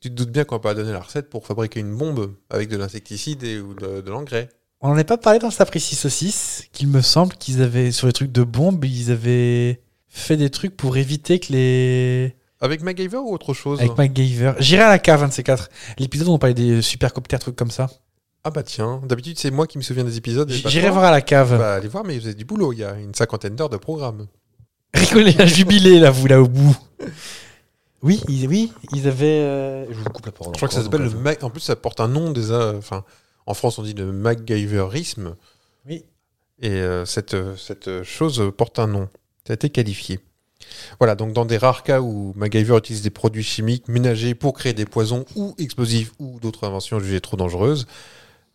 S1: tu te doutes bien qu'on va pas donner la recette pour fabriquer une bombe avec de l'insecticide et ou de, de l'engrais.
S2: On n'en a pas parlé dans cet après 6 qu'il me semble qu'ils avaient, sur les trucs de bombes, ils avaient fait des trucs pour éviter que les.
S1: Avec MacGyver ou autre chose
S2: Avec MacGyver. J'irai à la cave, un de ces quatre. L'épisode où on parlait des supercoptères, trucs comme ça.
S1: Ah bah tiens, d'habitude c'est moi qui me souviens des épisodes. et pas
S2: J'irai
S1: toi.
S2: voir à la cave.
S1: Bah, allez voir, mais vous avez du boulot, il y a une cinquantaine d'heures de programme.
S2: [laughs] Rigolez, la jubilé, là, vous, là, au bout. [laughs] Oui, ils, oui, ils avaient. euh, Je vous coupe la parole.
S1: Je crois que ça s'appelle le Mac. En plus, ça porte un nom des. euh, Enfin, en France, on dit le MacGyverisme.
S2: Oui.
S1: Et euh, cette, euh, cette euh, chose euh, porte un nom. Ça a été qualifié. Voilà, donc dans des rares cas où MacGyver utilise des produits chimiques ménagers pour créer des poisons ou explosifs ou d'autres inventions jugées trop dangereuses,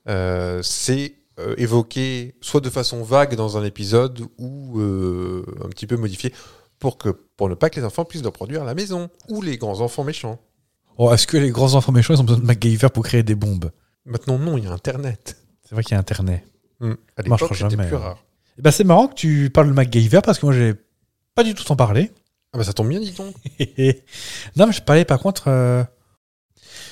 S1: euh, c'est euh, évoqué soit de façon vague dans un épisode ou euh, un petit peu modifié pour, que, pour ne pas que les enfants puissent le produire à la maison ou les grands-enfants méchants.
S2: Oh, Est-ce que les grands enfants méchants, ils ont besoin de MacGyver pour créer des bombes
S1: Maintenant, non, il y a Internet.
S2: C'est vrai qu'il y a Internet.
S1: Hmm. À
S2: Marchera
S1: l'époque, c'était
S2: jamais,
S1: plus
S2: hein.
S1: rare.
S2: Eh ben, c'est marrant que tu parles de MacGyver parce que moi, j'ai pas du tout t'en parler. [laughs]
S1: Ah bah ça tombe bien, dis donc.
S2: non, mais je parlais par contre euh,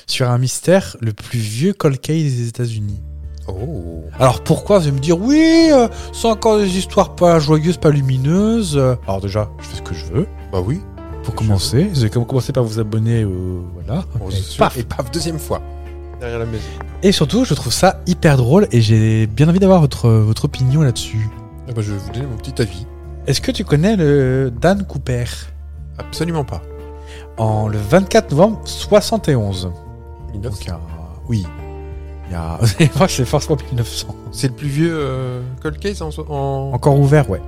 S2: sur un mystère, le plus vieux cold case des États-Unis.
S1: Oh.
S2: Alors pourquoi vous allez me dire oui, euh, c'est encore des histoires pas joyeuses, pas lumineuses euh. Alors déjà, je fais ce que je veux.
S1: Bah oui.
S2: Pour commencer, vous avez comme- commencé par vous abonner, au... voilà.
S1: Bon,
S2: et,
S1: Oh, c'est sûr.
S2: paf.
S1: Et paf, deuxième fois. Derrière la maison.
S2: Et surtout, je trouve ça hyper drôle et j'ai bien envie d'avoir votre, votre opinion là-dessus.
S1: Eh ben, Ah bah je vais vous donner mon petit avis.
S2: Est-ce que tu connais le Dan Cooper
S1: Absolument pas.
S2: En le 24 novembre 71.
S1: 1900.
S2: Donc, euh, oui. Il y a- [laughs] C'est vrai que c'est forcément 1900.
S1: C'est le plus vieux euh, cold case en. en-
S2: Encore ouvert, ouais.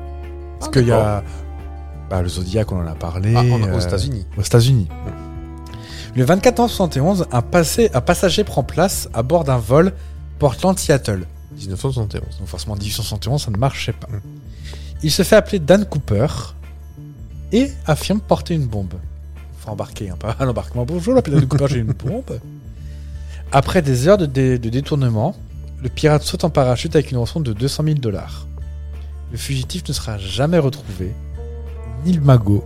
S2: Parce
S1: Ah,
S2: qu'il y a bah, le Zodiac, on en a parlé.
S1: Ah, en- aux
S2: euh,
S1: États-Unis.
S2: aux États-Unis. Le 24 novembre 71, un, passé- un passager prend place à bord d'un vol Portland-Seattle.
S1: 1971.
S2: Donc forcément, 1871, ça ne marchait pas. Il se fait appeler Dan Cooper et affirme porter une bombe. Faut embarquer un peu à l'embarquement. Bonjour, l'appel Dan Cooper, j'ai une bombe. Après des heures de, dé- de détournement, le pirate saute en parachute avec une rançon de 200 000 dollars. Le fugitif ne sera jamais retrouvé, ni le magot.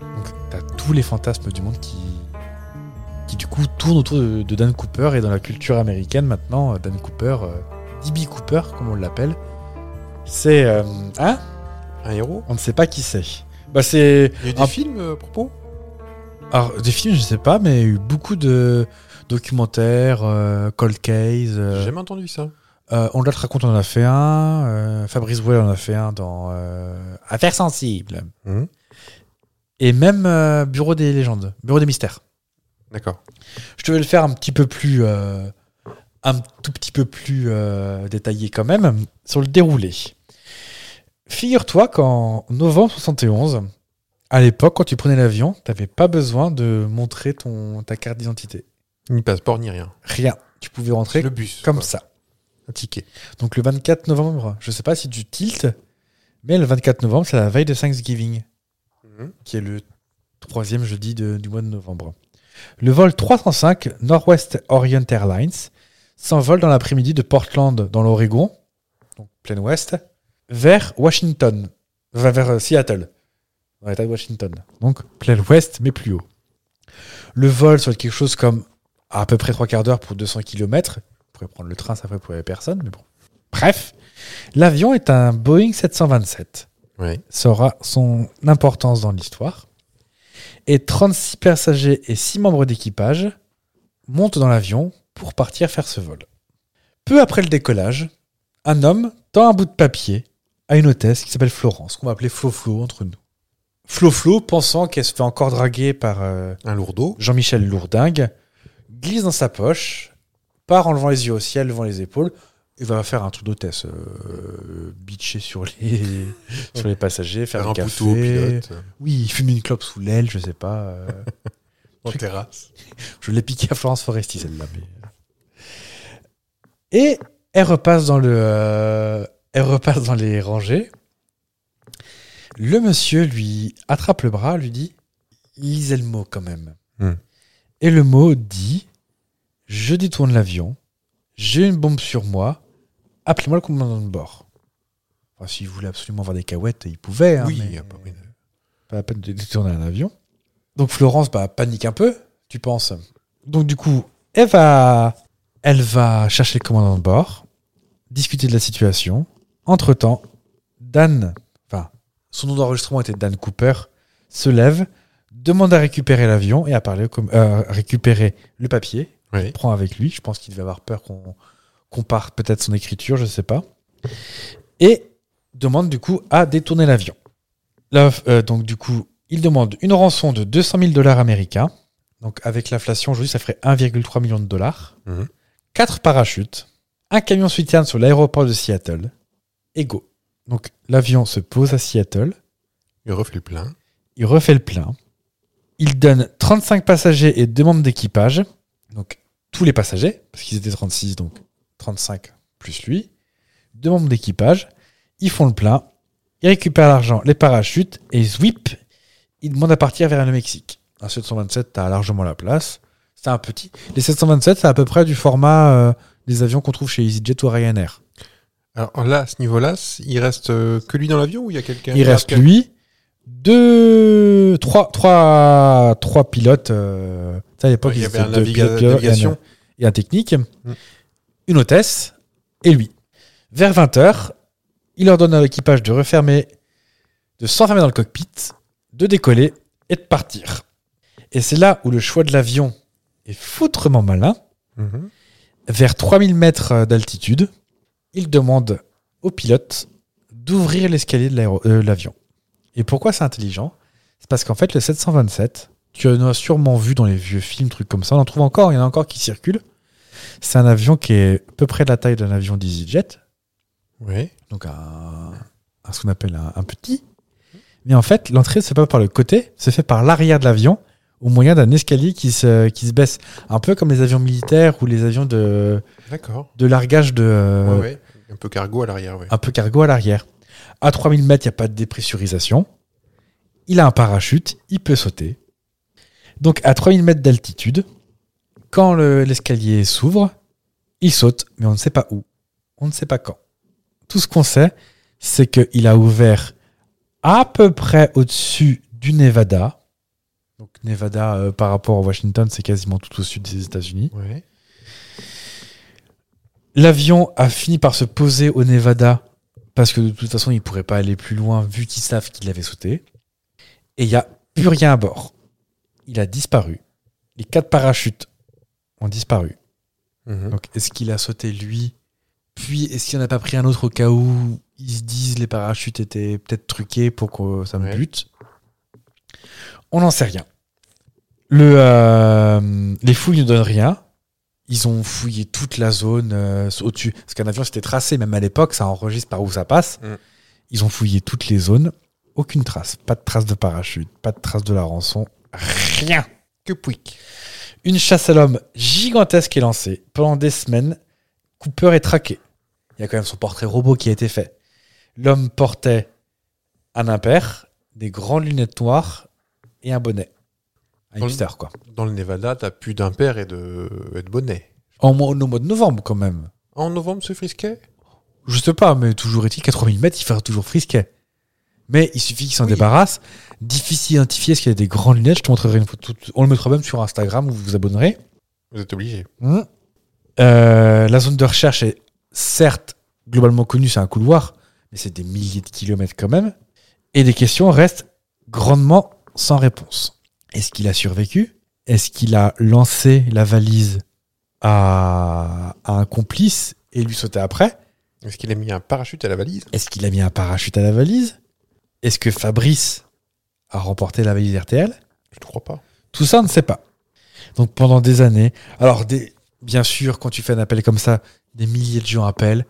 S2: Donc t'as tous les fantasmes du monde qui, qui du coup tournent autour de, de Dan Cooper et dans la culture américaine maintenant, euh, Dan Cooper, euh, D.B. Cooper comme on l'appelle, c'est... euh, hein
S1: Un héros
S2: On ne sait pas qui c'est. Bah c'est...
S1: Il y a eu des
S2: Un-
S1: films euh, à propos
S2: Alors, des films, je ne sais pas, mais il y a eu beaucoup de documentaires, euh, Cold Case...
S1: J'ai
S2: euh,
S1: jamais entendu ça.
S2: Euh, on doit te raconte, on en a fait un. euh, Fabrice Bouel en a fait un dans euh, Affaires sensibles.
S1: Mhm.
S2: Et même euh, Bureau des légendes, Bureau des mystères.
S1: D'accord.
S2: Je devais le faire un petit peu plus, euh, un tout petit peu plus euh, détaillé quand même sur le déroulé. Figure-toi qu'en novembre 71, à l'époque, quand tu prenais l'avion, t'avais pas besoin de montrer ton ta carte d'identité.
S1: Ni passeport, ni rien.
S2: Rien. Tu pouvais rentrer
S1: Le bus.
S2: comme
S1: quoi.
S2: ça.
S1: Un ticket.
S2: Donc le 24 novembre, je sais pas si tu tiltes, mais le 24 novembre, c'est la veille de Thanksgiving,
S1: Mhm.
S2: qui est le troisième jeudi de- du mois de novembre. Le vol 305 Northwest Orient Airlines s'envole dans l'après-midi de Portland, dans l'Oregon, donc plein ouest, vers Washington, enfin, vers euh, Seattle, dans l'état de Washington. Donc plein ouest, mais plus haut. Le vol sur quelque chose comme à, peu près trois quarts d'heure pour 200 km. Vous pourrez prendre le train, ça ferait pour les personnes, mais bon. Bref, l'avion est un Boeing 727.
S1: Oui.
S2: Ça aura son importance dans l'histoire. Et 36 passagers et 6 membres d'équipage montent dans l'avion pour partir faire ce vol. Peu après le décollage, un homme tend un bout de papier à une hôtesse qui s'appelle Florence, qu'on va appeler Flo-Flo entre nous. Flo-Flo, pensant qu'elle se fait encore draguer par euh,
S1: Un lourdeau.
S2: Jean-Michel Lourdingue, glisse dans sa poche, part en levant les yeux au ciel, levant les épaules, et va faire un truc d'hôtesse. euh, bitcher sur les, [laughs] sur les passagers, faire
S1: Faire
S2: un
S1: un
S2: café.
S1: poutou au pilote. euh,
S2: Oui, il fume une clope sous l'aile, je sais pas. euh,
S1: En
S2: Truc-
S1: terrasse.
S2: je l'ai piqué à Florence Foresti, celle-là. mais- Et elle repasse dans le, euh, elle repasse dans les rangées. Le monsieur lui attrape le bras, lui dit lisez le mot quand même.
S1: Hmm.
S2: Et le mot dit je détourne l'avion, j'ai une bombe sur moi, appelez-moi le commandant de bord. Enfin, s'il voulait absolument avoir des cahuètes, il pouvait. hein,
S1: oui,
S2: mais-
S1: ah bah oui.
S2: pas la peine de détourner un avion. Donc Florence bah, panique un peu, tu penses. Donc du coup, elle va, elle va chercher le commandant de bord, discuter de la situation. Entre-temps, Dan, enfin, son nom d'enregistrement était Dan Cooper, se lève, demande à récupérer l'avion et à parler au com- euh, à récupérer le papier
S1: Oui.
S2: prend avec lui. Je pense qu'il devait avoir peur qu'on qu'on parte peut-être son écriture, je sais pas. Et demande du coup à détourner l'avion. Là, euh, donc du coup, il demande une rançon de 200 000 dollars américains. Donc avec l'inflation aujourd'hui, ça ferait 1,3 million de dollars.
S1: Mhm.
S2: Quatre parachutes, un camion suiterne sur l'aéroport de Seattle. Et go. Donc l'avion se pose à Seattle.
S1: Il refait le plein.
S2: Il refait le plein. Il donne 35 passagers et deux membres d'équipage. Donc, tous les passagers, parce qu'ils étaient 36, donc 35 plus lui. Deux membres d'équipage. Ils font le plein. Ils récupèrent l'argent, les parachutes, et whip, ils demandent à partir vers le Mexique. Un 727, t'as largement la place. C'est un petit. Les 727, c'est à peu près du format euh, des avions qu'on trouve chez EasyJet ou Ryanair.
S1: Alors là, à ce niveau-là, c- il reste euh, que lui dans l'avion ou il y a quelqu'un
S2: Il reste lui, deux, trois, trois, trois pilotes. euh, tu sais, à l'époque,
S1: Il y
S2: ils
S1: avait
S2: étaient
S1: un
S2: deux
S1: naviga-
S2: pilotes, pilotes,
S1: navigation.
S2: et un, et un technique,
S1: Mm.
S2: une hôtesse et lui. Vers 20h, il ordonne à l'équipage de refermer, de s'enfermer dans le cockpit, de décoller et de partir. Et c'est là où le choix de l'avion est foutrement malin
S1: Mhm.
S2: vers 3000 mètres d'altitude, il demande au pilote d'ouvrir l'escalier de l'aéro- euh, de l'avion. Et pourquoi c'est intelligent C'est parce qu'en fait, le 727, tu en as sûrement vu dans les vieux films, trucs comme ça. On en trouve encore, il y en a encore qui circulent. C'est un avion qui est à peu près de la taille d'un avion d'EasyJet.
S1: Oui.
S2: donc un, un- ce qu'on appelle un, un petit. Mais en fait, l'entrée se fait pas par le côté, se fait par l'arrière de l'avion au moyen d'un escalier qui se, qui se baisse. Un peu comme les avions militaires ou les avions de,
S1: D'accord.
S2: de largage de, euh,
S1: Ouais, ouais. Un peu cargo à l'arrière, ouais.
S2: un peu cargo à l'arrière. À 3000 mètres, il n'y a pas de dépressurisation. Il a un parachute, il peut sauter. Donc à 3000 mètres d'altitude, quand le- l'escalier s'ouvre, il saute, mais on ne sait pas où, on ne sait pas quand. Tout ce qu'on sait, c'est qu'il a ouvert à peu près au-dessus du Nevada. Donc Nevada, euh, par rapport à Washington, c'est quasiment tout au sud des États-Unis.
S1: Ouais.
S2: L'avion a fini par se poser au Nevada parce que de toute façon, il pourrait pas aller plus loin vu qu'ils savent qu'il avait sauté. Et il y a plus rien à bord. Il a disparu. Les quatre parachutes ont disparu.
S1: Mhm.
S2: Donc, est-ce qu'il a sauté lui Puis, est-ce qu'il n'a pas pris un autre au cas où ils se disent les parachutes étaient peut-être truqués pour que ça me
S1: Ouais.
S2: bute On n'en sait rien. Le, euh, les fouilles ne donnent rien. Ils ont fouillé toute la zone euh, au-dessus. Parce qu'un avion, c'était tracé, même à l'époque, ça enregistre par où ça passe.
S1: Mm.
S2: Ils ont fouillé toutes les zones. Aucune trace. Pas de trace de parachute, pas de trace de la rançon. Rien.
S1: Que pouic.
S2: Une chasse à l'homme gigantesque est lancée. Pendant des semaines, Cooper est traqué. Il y a quand même son portrait robot qui a été fait. L'homme portait un impair, des grandes lunettes noires et un bonnet. Un
S1: Dans le-
S2: hipster, quoi.
S1: Dans le Nevada, t'as plus d'impair et de, et de bonnet.
S2: En mois, au mois de novembre, quand même.
S1: En novembre, c'est frisquet
S2: Je sais pas, mais toujours est-il qu'à 3000 mètres, il fera toujours frisquet. Mais il suffit qu'il s'en
S1: Oui.
S2: débarrasse. Difficile à identifier parce qu'il a des grandes lunettes. Je te montrerai une photo. On le mettra même sur Instagram, vous vous abonnerez.
S1: Vous êtes obligé.
S2: Hmm. Euh, la zone de recherche est certes globalement connue, c'est un couloir, mais c'est des milliers de kilomètres quand même. Et les questions restent grandement sans réponse. Est-ce qu'il a survécu Est-ce qu'il a lancé la valise à, à un complice et lui sauté après
S1: Est-ce qu'il a mis un parachute à la valise
S2: Est-ce qu'il a mis un parachute à la valise Est-ce que Fabrice a remporté la valise RTL
S1: Je ne crois pas.
S2: tout ça, on ne sait pas. Donc pendant des années, alors des, bien sûr, quand tu fais un appel comme ça, des milliers de gens appellent.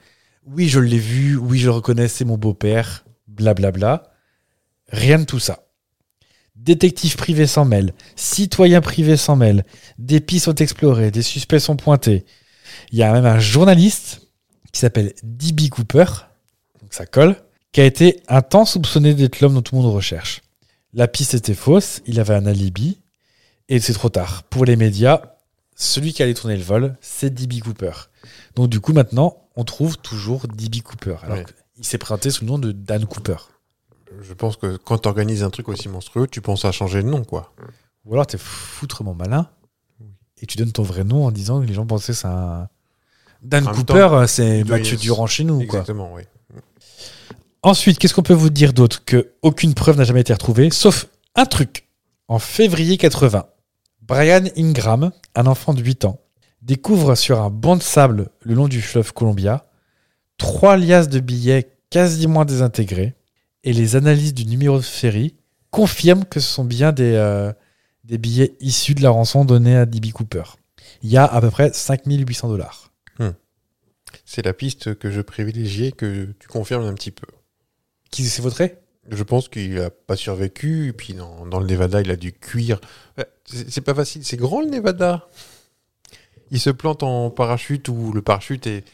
S2: Oui, je l'ai vu, oui, je le reconnais, c'est mon beau-père, blablabla. Rien de tout ça. Détectives privés s'en mêlent, citoyens privés s'en mêlent, des pistes sont explorées, des suspects sont pointés. Il y a même un journaliste qui s'appelle D.B. Cooper, donc ça colle, qui a été un temps soupçonné d'être l'homme dont tout le monde recherche. La piste était fausse, il avait un alibi, et c'est trop tard. Pour les médias, celui qui allait tourner le vol, c'est DB Cooper. Donc du coup, maintenant, on trouve toujours DB Cooper. Alors
S1: Ouais.
S2: qu'il s'est présenté sous le nom de Dan Cooper.
S1: Je pense que quand tu organises un truc aussi monstrueux, tu penses à changer de nom, quoi.
S2: Ou alors, t'es foutrement malin et tu donnes ton vrai nom en disant que les gens pensaient que c'est un. Dan
S1: En même
S2: Cooper, euh, c'est
S1: il doit y
S2: Mathieu
S1: avoir-
S2: Durand chez nous. Quoi.
S1: Exactement, oui.
S2: Ensuite, qu'est-ce qu'on peut vous dire d'autre Que aucune preuve n'a jamais été retrouvée, sauf un truc. En février 80, Brian Ingram, un enfant de 8 ans, découvre sur un banc de sable le long du fleuve Columbia trois liasses de billets quasiment désintégrés et les analyses du numéro de ferry confirment que ce sont bien des, euh, des billets issus de la rançon donnée à D.B. Cooper. Il y a à peu près 5800 dollars.
S1: C'est la piste que je privilégiais, que tu confirmes un petit peu.
S2: Qui s'est voté
S1: Je pense qu'il n'a pas survécu, et puis dans, dans le Nevada, il a dû cuire. Ouais, C'est c'est pas facile, c'est grand le Nevada. Il se plante en parachute ou le parachute est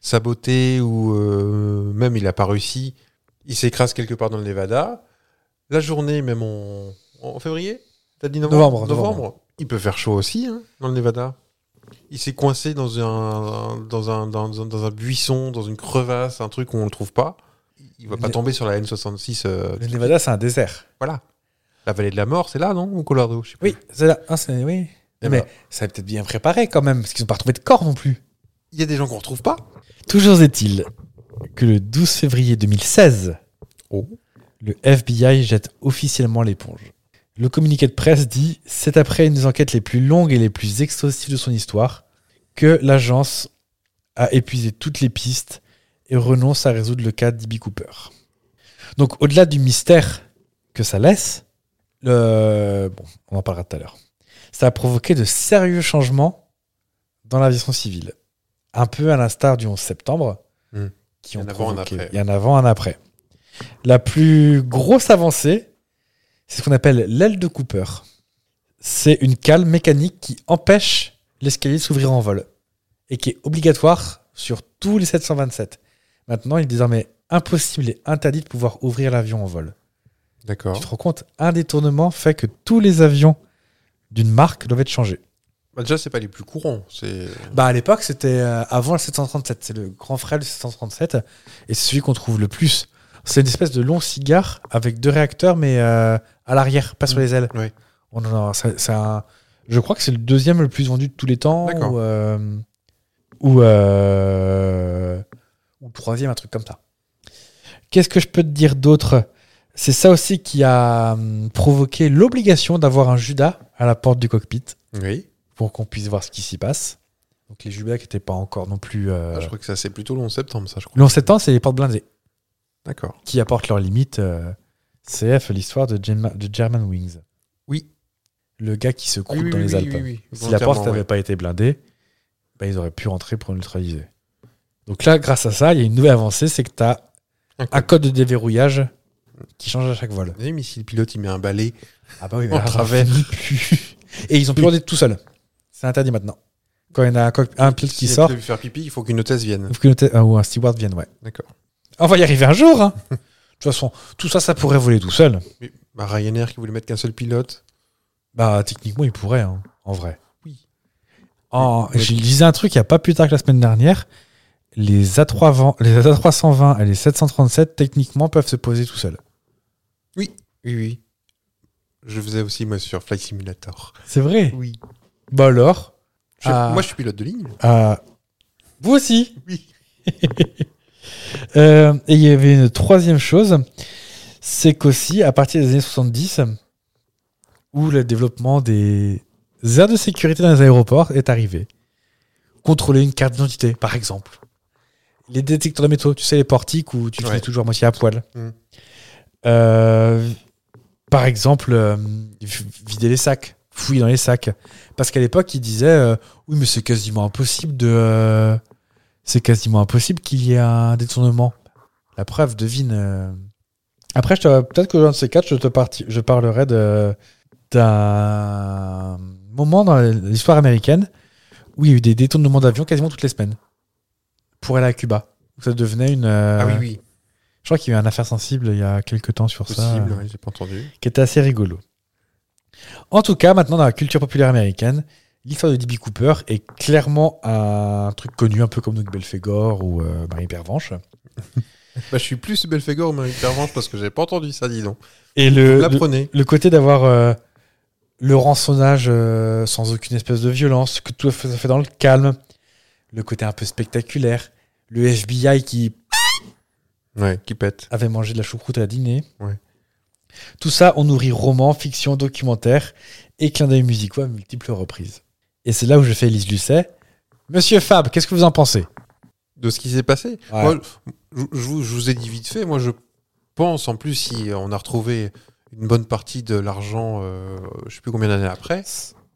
S1: saboté ou euh, même il n'a pas réussi. Il s'écrase quelque part dans le Nevada. La journée, même en, en février T'as dit novembre
S2: Novembre,
S1: Il peut faire chaud aussi hein, dans le Nevada. Il s'est coincé dans un, dans, un, dans, un, dans un buisson, dans une crevasse, un truc où on ne le trouve pas. Il va pas
S2: Le-
S1: tomber sur la N66 euh,
S2: Le Nevada, c'est un désert.
S1: voilà. La vallée de la mort, c'est là, non Au Colorado, je sais plus.
S2: Oui, c'est là. Ah, c'est- oui.
S1: Eh
S2: mais
S1: ben,
S2: ça a peut-être bien préparé quand même, parce qu'ils n'ont pas retrouvé de corps non plus.
S1: Il y a des gens qu'on retrouve pas.
S2: Toujours est-il que le 12 février 2016,
S1: Oh.
S2: le FBI jette officiellement l'éponge. Le communiqué de presse dit C'est après une des enquêtes les plus longues et les plus exhaustives de son histoire que l'agence a épuisé toutes les pistes et renonce à résoudre le cas d'Ibby Cooper. Donc, au-delà du mystère que ça laisse, le... bon, on en parlera tout à l'heure. Ça a provoqué de sérieux changements dans l'aviation civile. Un peu à l'instar du 11 septembre,
S1: Hmm.
S2: qui
S1: Il y
S2: ont
S1: en a avant, un
S2: provoqué-
S1: après.
S2: Il y en a avant, un après. La plus grosse avancée, c'est ce qu'on appelle l'aile de Cooper. C'est une cale mécanique qui empêche l'escalier de s'ouvrir en vol et qui est obligatoire sur tous les 727. Maintenant, il est désormais impossible et interdit de pouvoir ouvrir l'avion en vol.
S1: D'accord.
S2: Tu te rends compte, un détournement fait que tous les avions d'une marque doivent être changés.
S1: Bah, déjà, c'est pas les plus courants. C'est
S2: Bah à l'époque, c'était euh, avant le 737. C'est le grand frère du 737 et c'est celui qu'on trouve le plus. C'est une espèce de long cigare avec deux réacteurs, mais euh, à l'arrière, pas sur les ailes.
S1: Mm.
S2: Oh
S1: Oui.
S2: On en a- c'est- c'est un- je crois que c'est le deuxième le plus vendu de tous les temps.
S1: D'accord.
S2: Ou, euh, ou, euh, ou le troisième, un truc comme ça. Qu'est-ce que je peux te dire d'autre C'est ça aussi qui a hum, provoqué l'obligation d'avoir un Judas à la porte du cockpit
S1: oui.
S2: pour qu'on puisse voir ce qui s'y passe. Donc les Judas qui n'étaient pas encore non plus. euh,
S1: Ah, je crois que ça c'est plutôt le 11 septembre, ça je crois.
S2: Le 11 septembre, c'est les portes blindées
S1: D'accord.
S2: qui apportent leurs limites. euh, CF, l'histoire de, Gemma- de German Wings.
S1: Oui.
S2: Le gars qui se croule dans les Alpes. Si la
S1: Volontairement,
S2: porte n'avait
S1: ouais.
S2: pas été blindée, bah, ils auraient pu rentrer pour neutraliser. Donc là, grâce à ça, il y a une nouvelle avancée c'est que tu as
S1: Un
S2: un code de déverrouillage qui change à chaque vol.
S1: Oui, mais si le pilote il met un balai,
S2: Ah bah oui,
S1: mais alors, on
S2: Et ils ont pu rentrer tout seuls. C'est interdit maintenant. Quand il y en a un, coq- un pilote qui
S1: s'il a
S2: sort,
S1: prévu de faire pipi, il faut qu'une hôtesse vienne.
S2: Faut qu'une hôtesse- ah, ou un steward vienne, ouais. Ah,
S1: D'accord.
S2: On va y arriver un jour. hein. [laughs] De toute façon, tout ça, ça pourrait voler tout seul.
S1: Mais, bah, Ryanair qui voulait mettre qu'un seul pilote.
S2: Bah, techniquement, il pourrait, hein, en vrai.
S1: Oui.
S2: En-
S1: Mais-
S2: je lisais un truc il n'y a pas plus tard que la semaine dernière. Les, A3 van- les A320 et les 737, techniquement, peuvent se poser tout seuls.
S1: Oui, oui. Je faisais aussi moi sur Flight Simulator.
S2: C'est vrai
S1: Oui.
S2: Bah alors Ah.
S1: Moi je suis pilote de ligne.
S2: euh, Vous aussi
S1: Oui.
S2: Euh, et il y avait une troisième chose, c'est qu'aussi, à partir des années 70, où le développement des aires de sécurité dans les aéroports est arrivé, contrôler une carte d'identité, par exemple. Les détecteurs de métaux, tu sais, les portiques où tu
S1: Ouais.
S2: fais toujours à moitié à poil.
S1: Mm.
S2: Euh, par exemple, euh, v- vider les sacs, fouiller dans les sacs. Parce qu'à l'époque, ils disaient euh, Oui, mais c'est quasiment impossible de. euh, c'est quasiment impossible qu'il y ait un détournement. La preuve, devine. euh. Après, je te- peut-être que dans ces quatre, je te parti- je parlerai de d'un moment dans l'histoire américaine où il y a eu des détournements d'avions quasiment toutes les semaines pour aller à Cuba. Ça devenait une. euh,
S1: Ah oui, oui.
S2: Je crois qu'il y a eu une affaire sensible il y a quelques temps sur ça
S1: Possible, ouais, j'ai pas entendu.
S2: qui était assez rigolo. En tout cas, maintenant dans la culture populaire américaine, l'histoire de D.B. Cooper est clairement un truc connu, un peu comme Doug Belfegor ou euh, Marie Pervenche.
S1: Bah, je suis plus Belfegor ou Marie Pervenche parce que j'ai pas entendu ça, dis donc.
S2: Et
S1: Vous
S2: le, le,
S1: L'apprenez.
S2: le côté d'avoir euh, le rançonnage euh, sans aucune espèce de violence, que tout ça fait dans le calme, le côté un peu spectaculaire, le FBI qui
S1: Ouais, qui pète.
S2: avait mangé de la choucroute à dîner.
S1: Ouais.
S2: Tout ça, on nourrit roman, fiction, documentaire et clin d'œil musicaux à multiples reprises. Et c'est là où je fais Elise Lucet. Monsieur Fab, qu'est-ce que vous en pensez
S1: de ce qui s'est passé.
S2: Ouais.
S1: Moi, je, je vous, je vous ai dit vite fait, moi je pense en plus si on a retrouvé une bonne partie de l'argent, euh, je sais plus combien d'années après,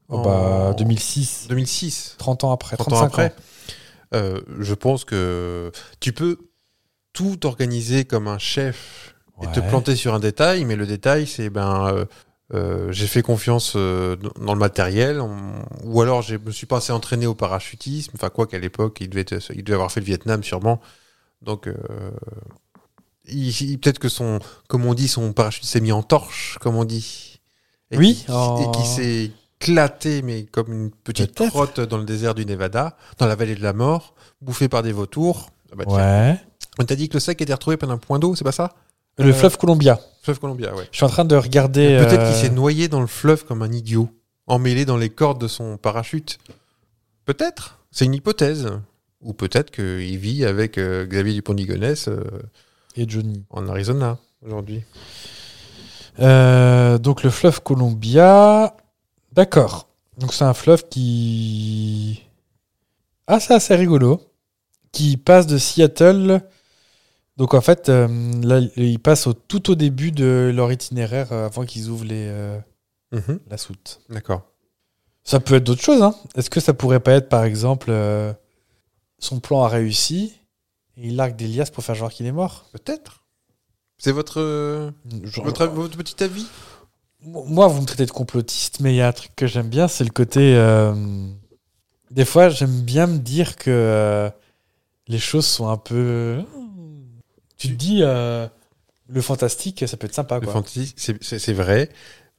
S2: Oh
S1: en
S2: bah, 2006,
S1: 2006,
S2: 30 ans après,
S1: 30 ans
S2: 35
S1: après,
S2: ans.
S1: euh, je pense que tu peux tout organiser comme un chef et te
S2: Ouais.
S1: planter sur un détail, mais le détail c'est ben... euh, euh, j'ai fait confiance euh, dans- dans le matériel, on- ou alors je me suis pas assez entraîné au parachutisme, enfin quoi qu'à l'époque, il devait, être- il devait avoir fait le Vietnam sûrement, donc euh, il- il- peut-être que son, comme on dit, son parachute s'est mis en torche, comme on dit, et
S2: Oui.
S1: qui,
S2: Oh.
S1: et qui s'est éclaté, mais comme une petite
S2: Peut-être.
S1: crotte dans le désert du Nevada, dans la vallée de la mort, bouffé par des vautours. Ah bah tiens.
S2: Ouais.
S1: On t'a dit que le sac était retrouvé pendant un point d'eau, c'est pas ça
S2: Le
S1: Euh,
S2: fleuve Columbia.
S1: Fleuve Columbia, ouais.
S2: Je suis en train de regarder.
S1: Peut-être
S2: euh,
S1: qu'il s'est noyé dans le fleuve comme un idiot, emmêlé dans les cordes de son parachute. Peut-être, c'est une hypothèse. Ou peut-être qu'il vit avec euh, Xavier Dupont-Digonès euh,
S2: Et Johnny.
S1: en Arizona aujourd'hui.
S2: Euh, donc le fleuve Columbia. D'accord. Donc c'est un fleuve qui. Ah, c'est assez rigolo. Qui passe de Seattle Donc en fait, euh, là, ils passent au, tout au début de leur itinéraire euh, avant qu'ils ouvrent les, euh,
S1: Mhm,
S2: la soute.
S1: D'accord.
S2: Ça peut être d'autres choses. Hein. Est-ce que ça pourrait pas être, par exemple, euh, son plan a réussi et il largue des liasses pour faire genre qu'il est mort
S1: Peut-être. C'est votre, euh,
S2: Genre-
S1: votre, av- votre petit avis
S2: Moi, vous me traitez de complotiste, mais il y a un truc que j'aime bien, c'est le côté. euh, Des fois, j'aime bien me dire que euh, les choses sont un peu. hmm, Tu te dis, euh, le fantastique, ça peut être sympa.
S1: Le
S2: Quoi.
S1: fantasy, c'est- c'est c'est vrai,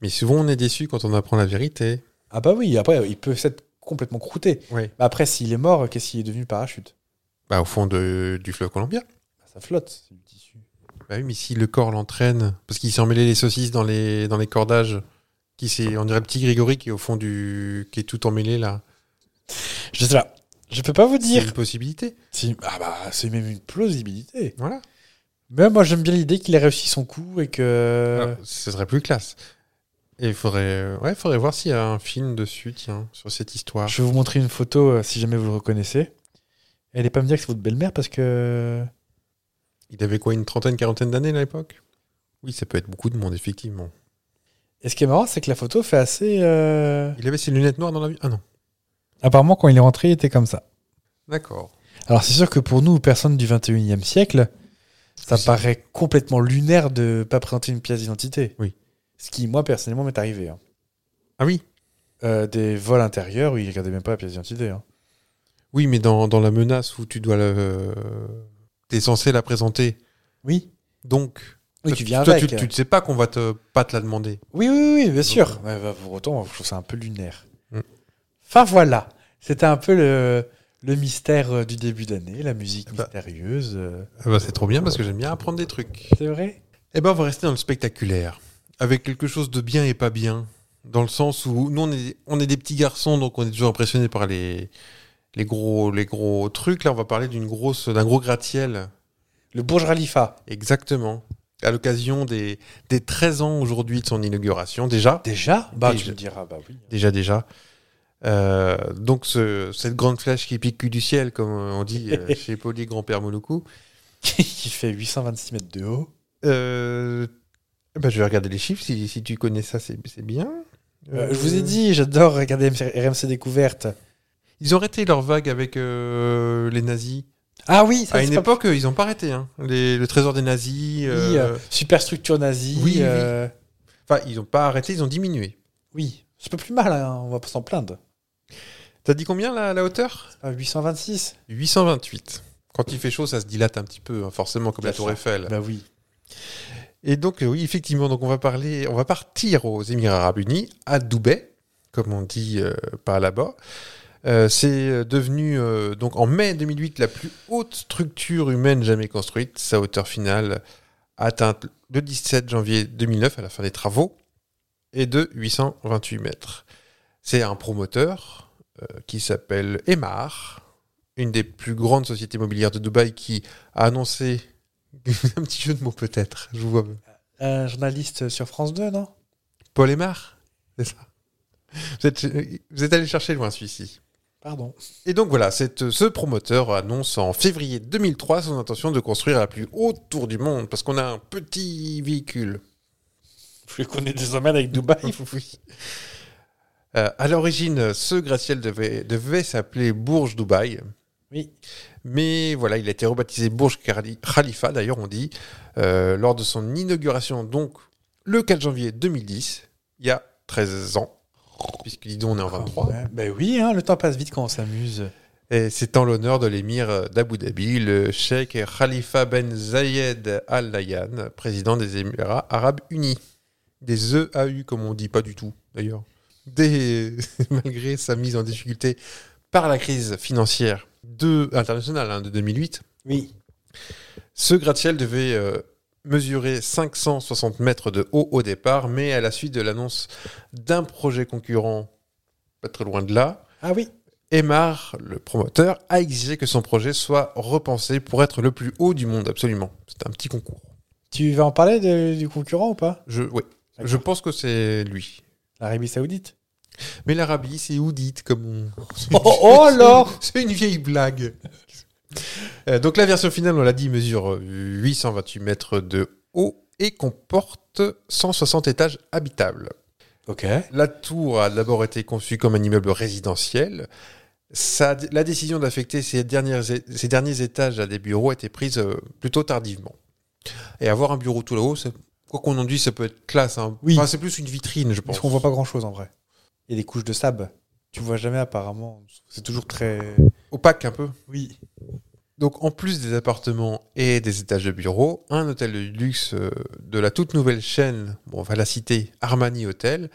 S1: mais souvent on est déçu quand on apprend la vérité.
S2: Ah bah oui, après, il peut s'être complètement croûté.
S1: Oui.
S2: Mais après, s'il est mort, qu'est-ce qu'il est devenu le parachute Bah,
S1: Bah, au fond de- du fleuve colombien.
S2: Ça flotte, c'est du tissu.
S1: Bah oui, mais si le corps l'entraîne, parce qu'il s'est emmêlé les saucisses dans les, dans les cordages, qui c'est, on dirait le petit Grégory qui est au fond du. qui est tout emmêlé là.
S2: Je sais pas. Je peux pas vous
S1: C'est
S2: dire.
S1: une possibilité.
S2: Si- Ah bah, c'est même une plausibilité.
S1: Voilà.
S2: Mais moi, j'aime bien l'idée qu'il ait réussi son coup et que.
S1: Ah, ce serait plus classe. Et il faudrait, ouais, faudrait voir s'il y a un film dessus, tiens, sur cette histoire.
S2: Je vais vous montrer une photo euh, si jamais vous le reconnaissez. Elle est pas me dire que c'est votre belle-mère parce que. euh,
S1: Il avait quoi, une trentaine, quarantaine d'années à l'époque Oui, ça peut être beaucoup de monde, effectivement.
S2: Et ce qui est marrant, c'est que la photo fait assez. euh,
S1: Il avait ses lunettes noires dans la vie Ah non.
S2: Apparemment, quand il est rentré, il était comme ça.
S1: D'accord.
S2: Alors, c'est sûr que pour nous, personnes du 21e siècle, ça
S1: C'est-
S2: paraît complètement lunaire de pas présenter une pièce d'identité.
S1: Oui.
S2: Ce qui, moi, personnellement, m'est arrivé. hein.
S1: Ah oui
S2: Euh, des vols intérieurs où ils regardaient même pas la pièce d'identité. hein.
S1: Oui, mais dans, dans la menace où tu dois le. T'es censé la présenter.
S2: Oui.
S1: Donc.
S2: Oui,
S1: toi,
S2: tu viens
S1: toi,
S2: avec.
S1: tu-
S2: euh.
S1: tu ne sais pas qu'on va te, pas te la demander.
S2: Oui, oui, oui, bien sûr. Mais, bah, pour autant, je trouve ça un peu lunaire.
S1: Mm.
S2: Enfin, voilà. C'était un peu le, le mystère euh, du début d'année, la musique
S1: Bah.
S2: mystérieuse. euh.
S1: Ah bah, c'est trop bien parce que j'aime bien apprendre des trucs.
S2: C'est vrai
S1: Eh ben, on va rester dans le spectaculaire, avec quelque chose de bien et pas bien, dans le sens où nous on est, on est des petits garçons, donc on est toujours impressionnés par les, les gros, les gros trucs. Là, on va parler d'une grosse, d'un gros gratte-ciel,
S2: Le Burj Khalifa.
S1: exactement, à l'occasion des, des 13 ans aujourd'hui de son inauguration déjà,
S2: Déjà Bah,
S1: Déjà.
S2: tu me diras, bah oui. [laughs]
S1: déjà, déjà. Euh, donc ce- cette grande flèche qui pique du ciel, comme on dit
S2: [laughs]
S1: euh, chez Poli grand-père Mouloukou.
S2: Qui fait 826 mètres de haut.
S1: Euh, ben, je vais regarder les chiffres. Si, si tu connais ça, c'est c'est bien.
S2: Euh, je vous ai dit, j'adore regarder RMC Découverte.
S1: Euh, Ils ont arrêté leur vague avec euh, les nazis.
S2: Ah oui, ça
S1: à
S2: c'est
S1: une
S2: pas-
S1: époque, ils n'ont pas arrêté. hein. Les- le trésor des nazis.
S2: Oui,
S1: euh,
S2: euh, superstructure nazie.
S1: oui, oui.
S2: euh,
S1: Enfin, ils n'ont pas arrêté, ils ont diminué.
S2: oui. c'est pas plus mal, hein, on va pas s'en plaindre.
S1: T'as dit combien la, la hauteur
S2: Ah, 826
S1: 828. Quand il fait chaud, ça se dilate un petit peu, hein, forcément, comme la
S2: Bien
S1: Tour
S2: sûr.
S1: Eiffel.
S2: Bah oui.
S1: Et donc, euh, oui, effectivement, donc on va parler, on va partir aux Émirats Arabes Unis, à Dubaï, comme on dit euh, par là-bas. Euh, c'est euh, devenu euh, donc en mai 2008 la plus haute structure humaine jamais construite. Sa hauteur finale atteinte le 17 janvier 2009 à la fin des travaux est de 828 mètres. C'est un promoteur euh, qui s'appelle Emar, une des plus grandes sociétés mobilières de Dubaï qui a annoncé [laughs] un petit jeu de mots peut-être. Je vous vois
S2: Un journaliste sur France 2, non
S1: Paul Aymar, c'est ça. Vous êtes, vous êtes allé chercher loin celui-ci.
S2: Pardon.
S1: Et donc voilà, cette- ce promoteur annonce en février 2003 son intention de construire la plus haute tour du monde parce qu'on a un petit véhicule.
S2: Je connais des domaines avec Dubaï.
S1: [laughs] Oui. Euh, à l'origine, ce gratte-ciel devait, devait s'appeler Bourges Dubaï,
S2: Oui.
S1: mais voilà, il a été rebaptisé Bourges Khali- Khalifa, d'ailleurs on dit, euh, lors de son inauguration, donc le 4 janvier 2010, il y a 13 ans, puisque dis donc on est en 23.
S2: Ouais, bah oui, hein, le temps passe vite quand on s'amuse.
S1: Et c'est en l'honneur de l'émir d'Abu Dhabi, le cheikh Khalifa ben Zayed Al Nahyan, président des Émirats Arabes Unis. Des EAU, comme on dit, pas du tout d'ailleurs. Des- [laughs] Malgré sa mise en difficulté par la crise financière de... internationale hein, de 2008,
S2: Oui.
S1: ce gratte-ciel devait euh, mesurer 560 mètres de haut au départ, mais à la suite de l'annonce d'un projet concurrent pas très loin de là,
S2: Ah oui.
S1: Aymar, le promoteur, a exigé que son projet soit repensé pour être le plus haut du monde, absolument. C'est un petit concours.
S2: Tu vas en parler de- du concurrent ou pas
S1: Je, oui,
S2: D'accord.
S1: je pense que c'est lui.
S2: L'Arabie Saoudite.
S1: Mais
S2: [laughs]
S1: l'Arabie, [laughs] c'est oudite, comme on...
S2: Oh, oh, alors
S1: C'est une vieille blague. Euh, donc la version finale, on l'a dit, mesure 828 mètres de haut et comporte 160 étages habitables.
S2: Ok.
S1: La tour a d'abord été conçue comme un immeuble résidentiel. Sa- la décision d'affecter ces, dernières- ces derniers étages à des bureaux a été prise euh, plutôt tardivement. Et avoir un bureau tout là-haut, c'est- quoi qu'on en dise, ça peut être classe. hein.
S2: Oui.
S1: Enfin, c'est plus une vitrine, je pense.
S2: Parce qu'on voit pas grand chose en vrai. Il y a des couches de sable. Tu vois jamais apparemment. C'est toujours très.
S1: Opaque un peu.
S2: Oui.
S1: Donc, en plus des appartements et des étages de bureaux, un hôtel de luxe euh, de la toute nouvelle chaîne, bon, on va la citer, Armani Hotel,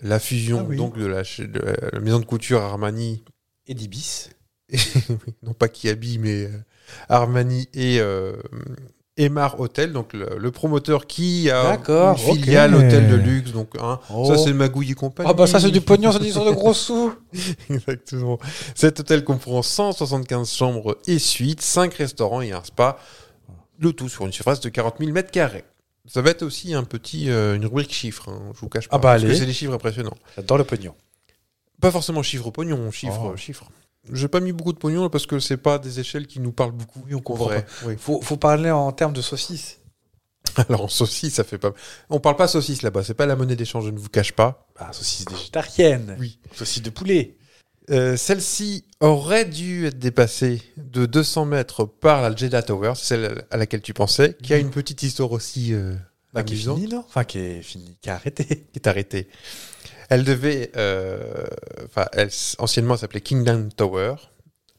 S1: la fusion
S2: Ah oui.
S1: donc de la, ch- de la- la maison de couture Armani,
S2: Et des bis.
S1: non pas Kiabi, mais euh, Armani et euh, Emar Hotel, donc le, le promoteur qui a une
S2: D'accord, ok.
S1: filiale hôtel de luxe, donc hein, ça c'est Magouille et compagnie.
S2: Oh. Ah bah ça c'est du pognon, c'est des histoires de [laughs] gros sous.
S1: [laughs] Exactement. Cet hôtel comprend 175 chambres et suites, 5 restaurants et un spa, le tout sur une surface de 40 000 mètres carrés. Ça va être aussi un petit, euh, une rubrique chiffres, hein, je vous cache pas.
S2: Ah bah,
S1: parce que
S2: allez.
S1: c'est des chiffres impressionnants.
S2: J'adore le pognon.
S1: Pas forcément chiffres au pognon, chiffres,
S2: Oh.
S1: chiffres. J'ai pas mis beaucoup de pognon parce que c'est pas des échelles qui nous parlent beaucoup.
S2: Oui, on comprend.
S1: Vrai. Oui.
S2: Faut, faut parler en termes de saucisse.
S1: [laughs] Alors en saucisse, ça fait pas. On parle pas saucisse là-bas, c'est pas la monnaie d'échange, je ne vous cache pas.
S2: Bah, saucisse végétarienne.
S1: Oui.
S2: Saucisse de poulet.
S1: Euh, Celle-ci aurait dû être dépassée de 200 mètres par la Jeddah Tower, c'est celle à laquelle tu pensais, qui a une petite histoire aussi euh,
S2: Mhm. Bah, qui est
S1: amusante,
S2: fini, non Enfin, qui est fini, qui a arrêté.
S1: qui est arrêtée. Elle devait, euh, enfin, elle s- anciennement elle s'appelait Kingdom Tower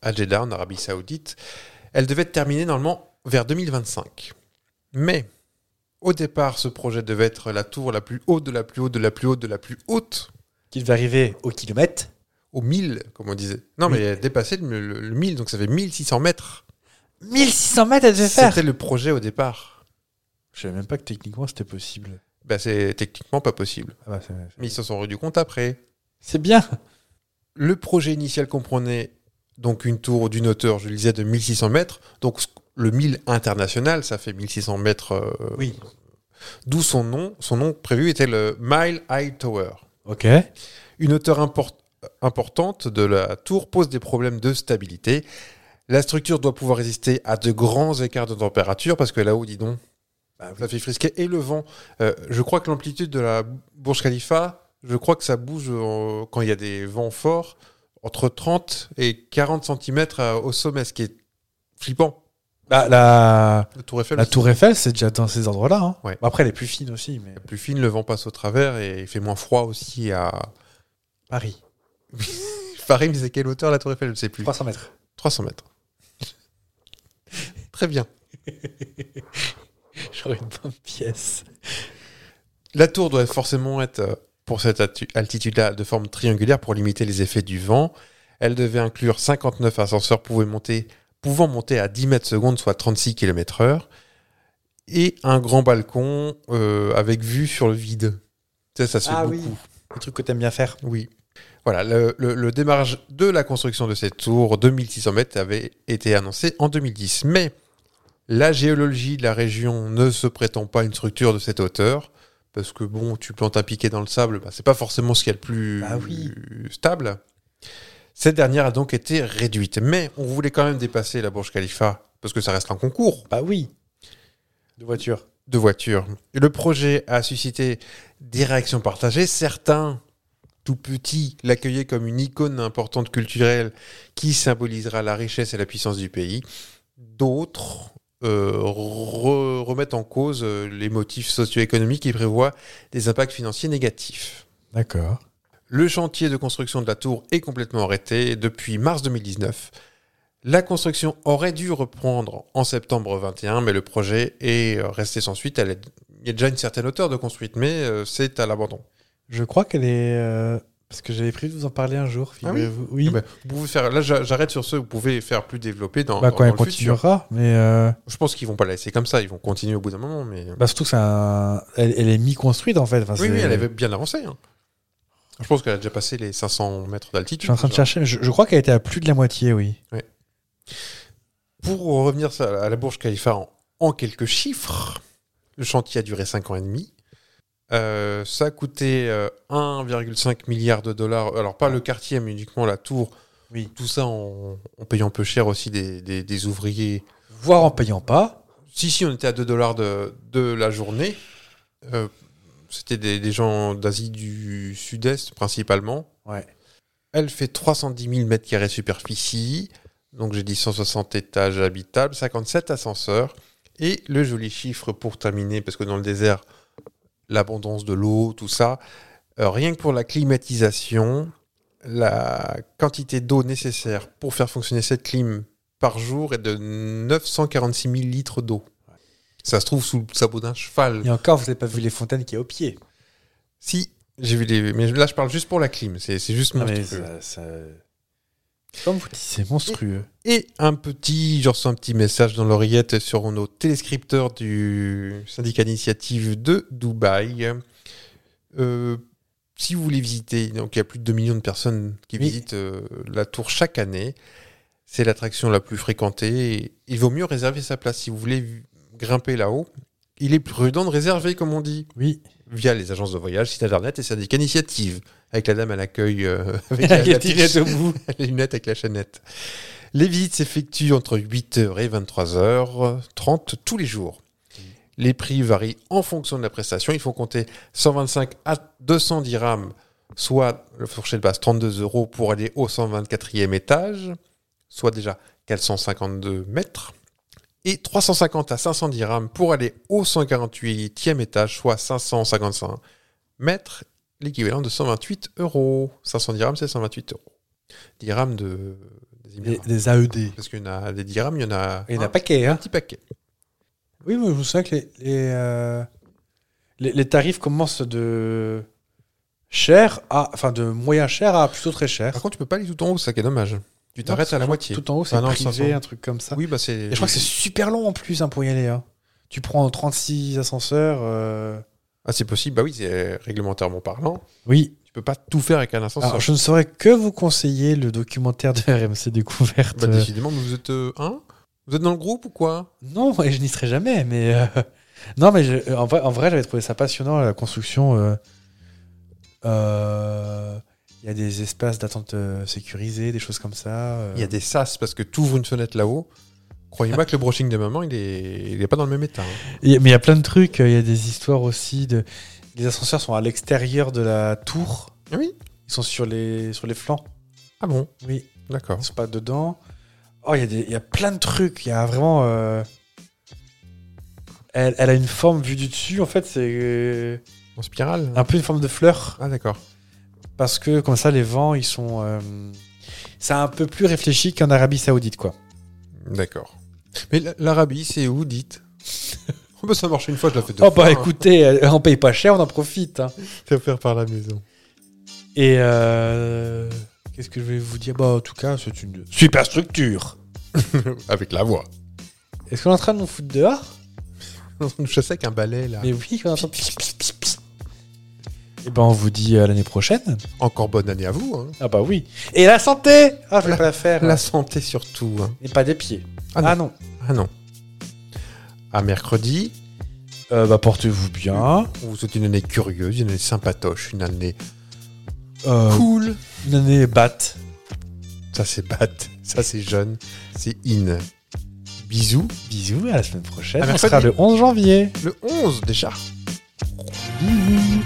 S1: à Jeddah en Arabie Saoudite. Elle devait être terminée normalement vers 2025. Mais au départ, ce projet devait être la tour la plus haute de la plus haute de la plus haute de la plus haute
S2: Qui devait arriver au kilomètre.
S1: au 1000, comme on disait. Non,
S2: Oui.
S1: mais elle dépassait le, le- le 1000, donc ça fait 1600 mètres.
S2: 1600 mètres, elle devait faire.
S1: C'était le projet au départ.
S2: Je savais même pas que techniquement c'était possible.
S1: Bah, c'est techniquement pas possible.
S2: Ah bah, c'est-
S1: Mais ils se sont rendus compte après.
S2: c'est bien.
S1: Le projet initial comprenait donc une tour d'une hauteur, je le disais, de 1600 mètres. Donc ce- le 1000 international, ça fait 1600 mètres. euh,
S2: Oui.
S1: D'où son nom. Son nom prévu était le Mile High Tower.
S2: Ok.
S1: Une hauteur import- importante de la tour pose des problèmes de stabilité. La structure doit pouvoir résister à de grands écarts de température parce que là-haut, dis donc,
S2: Bah,
S1: ça fait frisquer. Et le vent, Euh, je crois que l'amplitude de la Burj Khalifa, je crois que ça bouge en- quand il y a des vents forts entre 30 et 40 cm au sommet, ce qui est flippant.
S2: Bah, la,
S1: La tour Eiffel,
S2: la
S1: aussi.
S2: tour Eiffel, c'est déjà dans ces endroits-là. hein.
S1: Ouais.
S2: Bon, après, elle est plus fine aussi, mais
S1: plus fine, le vent passe au travers et il fait moins froid aussi à
S2: Paris,
S1: Paris. Mais c'est quelle hauteur la tour Eiffel Je ne sais plus.
S2: 300 mètres.
S1: 300 mètres. [laughs] Très bien.
S2: [laughs] J'aurais une bonne pièce.
S1: La tour doit forcément être, euh, pour cette atu- altitude-là, de forme triangulaire pour limiter les effets du vent. Elle devait inclure 59 ascenseurs pouvant monter, pouvant monter à 10 mètres secondes, soit 36 km/h, et un grand balcon euh, avec vue sur le vide. Ça, ça se fait
S2: Ah
S1: beaucoup.
S2: oui. Le truc que t'aimes bien faire.
S1: Oui. Voilà, le, le- le démarrage de la construction de cette tour, 2600 mètres, avait été annoncé en 2010. Mais la géologie de la région ne se prétend pas une structure de cette hauteur. Parce que bon, tu plantes un piquet dans le sable, bah, c'est pas forcément ce qu'il y a de plus
S2: Bah oui.
S1: stable. Cette dernière a donc été réduite. Mais on voulait quand même dépasser la Burj Khalifa, parce que ça reste un concours
S2: Bah oui. De voiture.
S1: de voitures. Et Le projet a suscité des réactions partagées. Certains, tout petits, l'accueillaient comme une icône importante culturelle qui symbolisera la richesse et la puissance du pays. D'autres euh, re- remettent en cause euh, les motifs socio-économiques et prévoient des impacts financiers négatifs.
S2: D'accord.
S1: Le chantier de construction de la tour est complètement arrêté depuis mars 2019. La construction aurait dû reprendre en septembre 21, mais le projet est euh, resté sans suite. Elle est- Il y a déjà une certaine hauteur de construite, mais euh, c'est à l'abandon.
S2: Je crois qu'elle est. euh, Parce que j'avais prévu de vous en parler un jour.
S1: Ah oui
S2: figurez-vous.
S1: Eh ben, vous pouvez faire, là, j'a- j'arrête sur ce. Vous pouvez faire plus développer dans,
S2: Bah,
S1: dans-
S2: quand
S1: dans
S2: elle
S1: le futur.
S2: continuera. Mais euh,
S1: Je pense qu'ils vont pas la laisser comme ça. Ils vont continuer au bout d'un moment, mais
S2: bah, surtout que c'est un- elle, elle est mi-construite en fait. Enfin,
S1: oui,
S2: c'est-
S1: oui, elle avait bien avancé. hein. Je pense qu'elle a déjà passé les 500 mètres
S2: Je
S1: d'altitude.
S2: suis en train de
S1: déjà.
S2: chercher. mais Je, je crois qu'elle était à plus de la moitié, oui.
S1: Pour revenir à la Bourge Khalifa en, en quelques chiffres, le chantier a duré 5 ans et demi. Euh, ça a coûté euh, 1,5 milliard de dollars. Alors, pas le quartier, mais uniquement la tour.
S2: Oui.
S1: Tout ça en, en payant peu cher aussi des, des- des ouvriers.
S2: Voire en payant pas.
S1: Si, si, on était à 2 dollars de, de la journée. Euh, C'était des, des gens d'Asie du Sud-Est principalement.
S2: Ouais.
S1: Elle fait 310 000 mètres carrés de superficie. Donc j'ai dit 160 étages habitables, 57 ascenseurs. Et le joli chiffre pour terminer, parce que dans le désert, l'abondance de l'eau, tout ça, euh, rien que pour la climatisation, la quantité d'eau nécessaire pour faire fonctionner cette clim par jour est de 946 000 litres d'eau. Ça se trouve sous le sabot d'un cheval.
S2: Et encore, vous n'avez pas vu les fontaines qui est au pied.
S1: Si, j'ai vu les... Mais là, je parle juste pour la clim. C'est c'est juste mon
S2: Comme vous dites, c'est monstrueux.
S1: Et un petit, je reçois un petit message dans l'oreillette sur nos téléscripteurs du syndicat d'initiative de Dubaï. Euh, si vous voulez visiter, donc il y a plus de 2 millions de personnes qui
S2: Oui.
S1: visitent euh, la tour chaque année. C'est l'attraction la plus fréquentée. et il vaut mieux réserver sa place si vous voulez v- grimper là-haut. Il est prudent de réserver, comme on dit, [laughs]
S2: Oui.
S1: via les agences de voyage, site internet et syndicat d'initiative. Avec la dame à l'accueil, euh, [laughs] avec la-
S2: Il
S1: la
S2: est
S1: petite-
S2: tiré debout.
S1: [laughs] les lunettes avec la chaînette. Les visites s'effectuent entre 8h et 23h30 tous les jours. Les prix varient en fonction de la prestation. Il faut compter 125 à 200 dirhams, soit le fourchet de base 32 euros pour aller au 124e étage, soit déjà 452 mètres, et 350 à 500 dirhams pour aller au 148e étage, soit 555 mètres, l'équivalent de 128 euros. 500 dirhams, c'est 128 euros dirhams de, des
S2: Des,
S1: Émirats.
S2: des AED.
S1: Parce qu'il y en a des dirhams, il y en a
S2: Il y en
S1: un
S2: a un paquet, hein.
S1: petit paquet.
S2: Oui, moi je me souviens que les, les, euh, les, les tarifs commencent de cher à. Enfin, de moyen cher à plutôt très cher.
S1: Par contre, Ah, tu peux pas aller tout en haut, c'est ça qui est dommage. Tu t'arrêtes à la moitié.
S2: Tout en haut, c'est
S1: Ah non, ça
S2: privé,
S1: sent-
S2: un truc comme ça.
S1: Oui, bah c'est.
S2: Et je crois que c'est super long en plus hein, pour y aller. hein. Tu prends 36 ascenseurs. euh,
S1: Ah, c'est possible, bah oui, c'est réglementairement parlant.
S2: Oui.
S1: Tu peux pas tout faire avec un ascenseur.
S2: Alors, je ne saurais que vous conseiller le documentaire de RMC Découverte.
S1: Bah, décidément, mais vous êtes euh, un Vous êtes dans le groupe ou quoi
S2: Euh, Non, et je n'y serai jamais, mais. euh, [laughs] Non, mais je- euh, en vrai, en vrai j'avais trouvé ça passionnant, la construction. euh, euh, Il y a des espaces d'attente euh, sécurisés, des choses comme ça. euh.
S1: Il y a des sas parce que tu ouvres une fenêtre là-haut. Croyez-moi que le brushing de maman, il est, il est pas dans le même état. hein.
S2: Il y a- Mais il y a plein de trucs. euh, Il y a des histoires aussi. De... Les ascenseurs sont à l'extérieur de la tour.
S1: Ah Oui.
S2: Ils sont sur les, sur les flancs.
S1: Ah bon
S2: Oui,
S1: D'accord.
S2: ils sont pas dedans. Oh, il y, a des- il y a plein de trucs. Il y a vraiment. euh, Elle, elle a une forme vue du dessus, en fait, c'est euh,
S1: En spirale
S2: un peu une forme de fleur.
S1: Ah, d'accord.
S2: parce que comme ça les vents ils sont euh, c'est un peu plus réfléchi qu'en Arabie Saoudite quoi.
S1: D'accord. Mais l- l'Arabie, c'est où, dites [laughs] Oh, bah, Ça marche une fois, je l'ai fait deux
S2: oh
S1: fois.
S2: bah
S1: hein.
S2: écoutez, euh, on paye pas cher, on en profite. hein.
S1: C'est offert par la maison.
S2: Et euh, qu'est-ce que je vais vous dire Bah en tout cas c'est une super structure.
S1: [laughs] Avec la voix.
S2: Est-ce qu'on est en train de nous foutre dehors
S1: [laughs] On nous chassait avec un balai, là.
S2: Mais oui, on est en train de- Et ben on vous dit à l'année prochaine.
S1: Encore bonne année à vous. hein.
S2: Ah bah oui. Et la santé Ah je vais pas la faire.
S1: La santé surtout. hein.
S2: Et pas des pieds.
S1: Ah non.
S2: Ah non.
S1: Ah non. À mercredi.
S2: Euh, bah portez-vous bien.
S1: On vous souhaite une année curieuse, une année sympatoche, une année
S2: Euh,
S1: cool.
S2: une année batte.
S1: Ça, c'est batte. Ça, c'est jeune. C'est in. Bisous.
S2: Bisous à la semaine prochaine.
S1: À
S2: on sera
S1: mercredi.
S2: le 11 janvier.
S1: Le 11 déjà.
S2: Bisous.